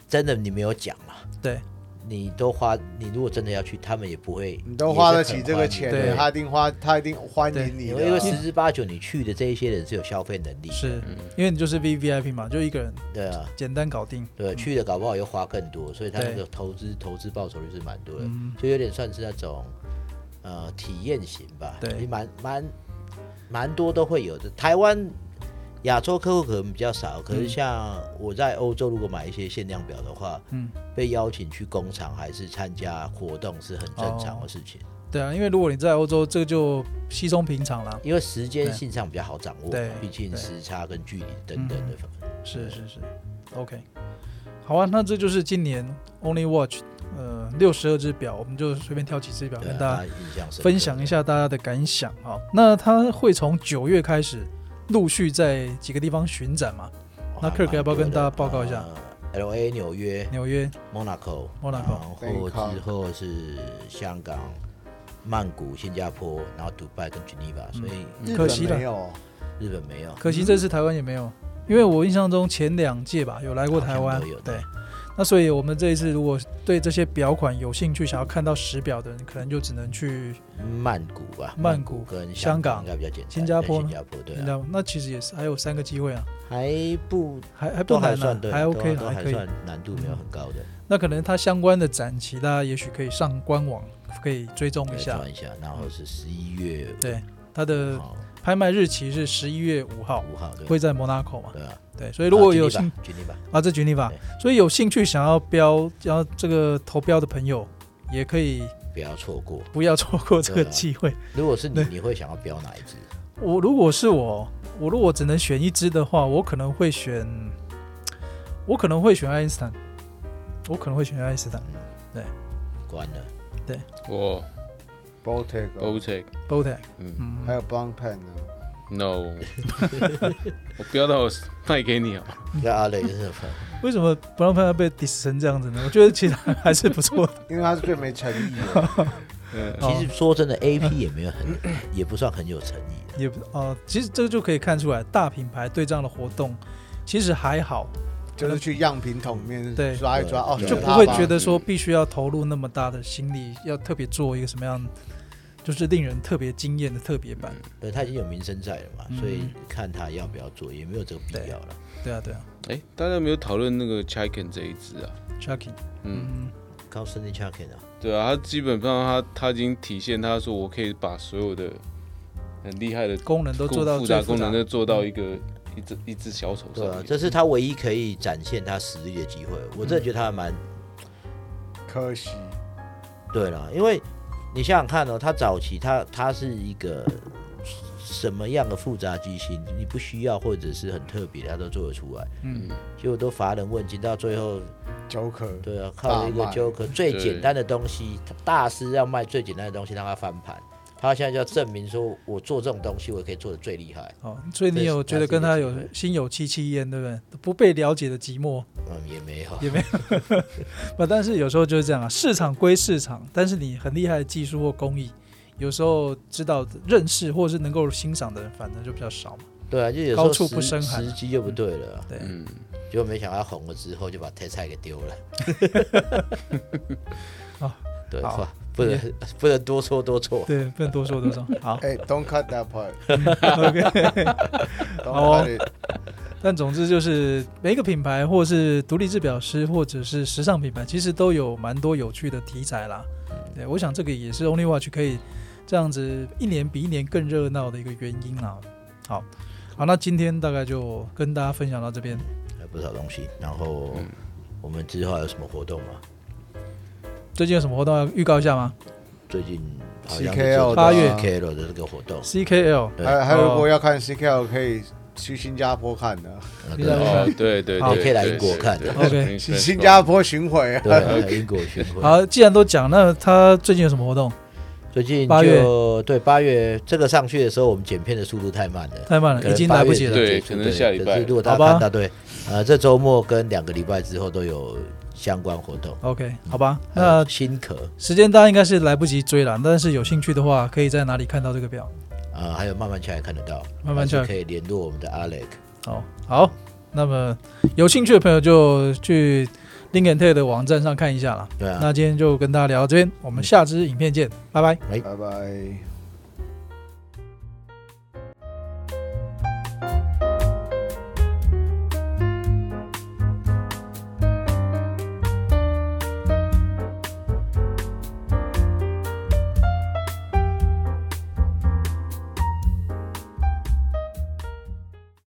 Speaker 2: 真的你没有讲嘛，
Speaker 1: 对，
Speaker 2: 你都花，你如果真的要去，他们也不会，
Speaker 4: 你都花
Speaker 2: 也
Speaker 4: 得
Speaker 2: 是
Speaker 4: 起
Speaker 2: 很
Speaker 4: 这个
Speaker 2: 欢迎
Speaker 4: 钱
Speaker 1: 对
Speaker 4: 了，他一定花，他一定欢
Speaker 1: 对
Speaker 4: 迎你
Speaker 2: 因
Speaker 4: 的
Speaker 2: 为因为
Speaker 4: 啊。
Speaker 2: 十之八九你去的这一些人是有消费能力，
Speaker 1: 是
Speaker 3: 嗯
Speaker 1: 因为你就是 V V I P 嘛，就一个人
Speaker 2: 对啊，
Speaker 1: 简单搞定。
Speaker 2: 对，去的搞不好又花更多，所以他那
Speaker 1: 嗯对
Speaker 2: 个投资投资报酬率是蛮多的，
Speaker 1: 嗯，
Speaker 2: 就有点算是那种呃体验型吧，
Speaker 1: 对
Speaker 2: 其实蛮蛮蛮多都会有的。台湾亚洲客户可能比较少，可是
Speaker 1: 嗯
Speaker 2: 像我在欧洲如果买一些限量表的话，
Speaker 1: 嗯，
Speaker 2: 被邀请去工厂还是参加活动是很正常的事情，
Speaker 1: 对啊，因为如果你在欧洲，这个就稀松平常啦。
Speaker 2: 因为时间性上比较好掌握
Speaker 1: 对
Speaker 2: 嘛，毕竟
Speaker 1: 对嗯
Speaker 2: 时差跟距离等等的。
Speaker 1: 是是是，OK，好啊，那这就是今年 Only Watch 呃六十二只表，我们就随便挑几只表
Speaker 2: 对
Speaker 1: 跟
Speaker 2: 啊，
Speaker 1: 大家
Speaker 2: 大家印象深刻
Speaker 1: 分享一。下大家的感想啊。那它会从九月开始陆续在几个地方巡展嘛？
Speaker 2: 哦
Speaker 1: 那 Kirk 要不要跟大家报告一下
Speaker 2: ？L A、纽约、
Speaker 1: 纽约、
Speaker 2: Monaco、
Speaker 1: Monaco
Speaker 2: 然后
Speaker 4: Bangkok
Speaker 2: 之后是香港、曼谷、新加坡，然后迪拜跟 Geneva，所
Speaker 1: 嗯
Speaker 2: 以
Speaker 4: 日
Speaker 1: 可
Speaker 4: 本
Speaker 1: 惜了
Speaker 4: 没有，
Speaker 2: 日本没有。
Speaker 1: 可惜这次台湾也没有，因为我印象中前两届吧有来过台
Speaker 2: 好
Speaker 1: 湾
Speaker 2: 像都有，
Speaker 1: 对
Speaker 2: 对。
Speaker 1: 那所以我们这一次如果对这些表款有兴趣，想要看到实表的人，可能就只能去
Speaker 2: 曼谷吧，
Speaker 1: 曼谷
Speaker 2: 跟
Speaker 1: 香港
Speaker 2: 应该比较简单。
Speaker 1: 新加坡
Speaker 2: 跟
Speaker 1: 呢
Speaker 2: 新加坡对
Speaker 1: 新
Speaker 2: 啊，
Speaker 1: 加坡。那其实也是还有三个机会啊，
Speaker 2: 还不
Speaker 1: 还还不
Speaker 2: 都还
Speaker 1: 难
Speaker 2: 算
Speaker 1: 啊
Speaker 2: 对，，
Speaker 1: 还 OK
Speaker 2: 都
Speaker 1: 了，
Speaker 2: 还
Speaker 1: 还
Speaker 2: 都
Speaker 1: 可以。嗯
Speaker 2: 算难度没有很高的，
Speaker 1: 那可能它相关的展期，大家也许可以上官网可以追踪
Speaker 2: 对
Speaker 1: 一下。
Speaker 2: 算一下，然后是十一月
Speaker 1: 对，它的
Speaker 2: 好
Speaker 1: 拍卖日期是十一月五号，
Speaker 2: 五号对
Speaker 1: 会在摩纳哥嘛？
Speaker 2: 对啊，
Speaker 1: 对，所以如果有兴
Speaker 2: 举例吧，
Speaker 1: 啊，这举例吧
Speaker 2: 对，
Speaker 1: 所以有兴趣想要标要这个投标的朋友，也可以
Speaker 2: 不要错过。
Speaker 1: 不要错过这个
Speaker 2: 对啊
Speaker 1: 机会。
Speaker 2: 如果是你
Speaker 1: 对，
Speaker 2: 你会想要标哪一支？
Speaker 1: 我如果是我，我如果只能选一支的话，我可能会选，我可能会选爱因斯坦，我可能会选爱因斯坦
Speaker 2: 关了，
Speaker 3: 我
Speaker 4: Boltec，
Speaker 2: 哦
Speaker 3: o t e
Speaker 1: b o t e
Speaker 3: 嗯
Speaker 1: 嗯
Speaker 4: 啊还，有啊 Blancpain 呢。
Speaker 3: No，我不要到我卖给你啊！
Speaker 2: 对阿磊是什么？
Speaker 1: 为什么不让潘潘被 diss 成这样子呢？我觉得其实还是不错 的。
Speaker 4: 因为他是最没诚意的，
Speaker 3: 嗯，
Speaker 1: 哦
Speaker 2: 其实说真的，A P 也没有很，也不算很有诚意的。
Speaker 1: 也不哦、其实这个就可以看出来，大品牌对这样的活动其实还好，
Speaker 4: 就是去样品桶里面
Speaker 1: 对
Speaker 4: 抓一抓，哦，
Speaker 1: 嗯
Speaker 2: 对
Speaker 1: 就
Speaker 4: 就
Speaker 1: 不
Speaker 4: 他
Speaker 1: 会
Speaker 4: 吧
Speaker 1: 觉得说必须要投入那么大的心力，要特别做一个什么样，就是令人特别惊艳的特别版。
Speaker 2: 对他已经有名声在了嘛，
Speaker 1: 嗯
Speaker 2: 所以看他要不要做，也没有这个必要了。
Speaker 1: 对啊，对啊
Speaker 3: 哎，大家有没有讨论那个 Chicken 这一支啊？
Speaker 1: ，Chucky，
Speaker 3: 嗯，
Speaker 1: 嗯，
Speaker 2: 靠身体 c h e c k i 啊，
Speaker 3: 对啊，他基本上他他已经体现他说我可以把所有的很厉害的
Speaker 1: 功能都做到
Speaker 3: 复
Speaker 1: 最
Speaker 3: 杂
Speaker 1: 复
Speaker 3: 功
Speaker 1: 杂
Speaker 3: 能，都做到一个一只一只小手
Speaker 2: 对
Speaker 3: 上
Speaker 2: 啊，
Speaker 3: 面。
Speaker 2: 这是他唯一可以展现他实力的机会。我真的觉得他还蛮
Speaker 4: 可惜，
Speaker 2: 对了，因为你想想看哦，他早期他他是一个什么样的复杂机芯，你不需要或者是很特别的，他都做得出来。
Speaker 1: 嗯，
Speaker 2: 结果都乏人问津，到最后，
Speaker 4: 九可
Speaker 2: 对啊，靠一个
Speaker 4: 大卖
Speaker 2: Joker 最简单的东西，他大师要卖最简单的东西，让他翻盘。他现在就要证明说，我做这种东西，我可以做的最厉害。
Speaker 1: 哦，所以你有觉得跟他有心有戚戚焉，对不对？不被了解的寂寞
Speaker 2: 嗯，也没有，
Speaker 1: 也没有，不，但是有时候就是这样啊，市场归市场，但是你很厉害的技术或工艺，有时候知道认识或是能够欣赏的人，反正就比较少嘛。
Speaker 2: 对啊，就有时
Speaker 1: 高
Speaker 2: 候
Speaker 1: 处不
Speaker 2: 时
Speaker 1: 胜寒
Speaker 2: 时机就不对了啊。
Speaker 1: 对，
Speaker 3: 嗯，
Speaker 2: 结果没想到红了之后，就把 t e s 给丢 了
Speaker 1: 好。
Speaker 2: 对，
Speaker 1: 哦好
Speaker 2: 哇不能不能多说多错。
Speaker 1: 对，不能多说多少。好
Speaker 4: 哎，Don't cut that part，Don't
Speaker 1: ，OK。哦
Speaker 4: cut it。
Speaker 1: 但总之就是每一个品牌，或是独立制表师，或者是时尚品牌，其实都有蛮多有趣的题材啦。对，我想这个也是 Only Watch 可以这样子一年比一年更热闹的一个原因啦。好，好，那今天大概就跟大家分享到这边。
Speaker 2: 还不少东西。然后我们之后还有什么活动吗？
Speaker 1: 最近有什么活动要预告一下吗
Speaker 2: 最近好像
Speaker 4: CKL
Speaker 1: 的八月
Speaker 2: K L 的这个活动，
Speaker 1: ？CKL
Speaker 2: 对
Speaker 4: 还有还有，
Speaker 1: 哦
Speaker 4: 如果要看 CKL，可以去新加坡看 的，
Speaker 2: 那
Speaker 1: 对
Speaker 2: 个
Speaker 3: 哦，对对
Speaker 1: 好
Speaker 3: 对，
Speaker 2: 可以来
Speaker 3: 对
Speaker 2: 英国
Speaker 3: 对
Speaker 2: 看
Speaker 3: 对
Speaker 1: ，OK
Speaker 3: 对
Speaker 4: 新新加坡巡回啊。
Speaker 2: 对啊英国巡回。
Speaker 1: 好，既然都讲，那他最近有什么活动？
Speaker 2: 最近
Speaker 1: 八月
Speaker 2: 就对八月这个上去的时候，我们剪片的速度太慢了。
Speaker 1: 太慢了，
Speaker 2: 可能
Speaker 1: 呃已经
Speaker 2: 八
Speaker 1: 来不
Speaker 2: 月
Speaker 1: 及
Speaker 2: 就
Speaker 1: 了。
Speaker 3: 对
Speaker 2: 结束
Speaker 3: 可能下礼拜
Speaker 2: 可是如果大
Speaker 1: 好吧
Speaker 2: 家看到，对，呃，这周末跟两个礼拜之后都有相关活动。
Speaker 1: OK，好吧，
Speaker 2: 还有
Speaker 1: 那
Speaker 2: 新壳，
Speaker 1: 时间大家应该是来不及追了，但是有兴趣的话，可以在哪里看到这个表？
Speaker 2: 呃，还有慢慢起来看得到，
Speaker 1: 慢慢起来
Speaker 2: 还是可以联络我们的 Alex。
Speaker 1: 好，好，那么有兴趣的朋友就去 l i n k e n t e 的网站上看一下啦。
Speaker 2: 对啊。
Speaker 1: 那今天就跟大家聊到这边，我们下支影片见，拜拜。
Speaker 4: 拜拜。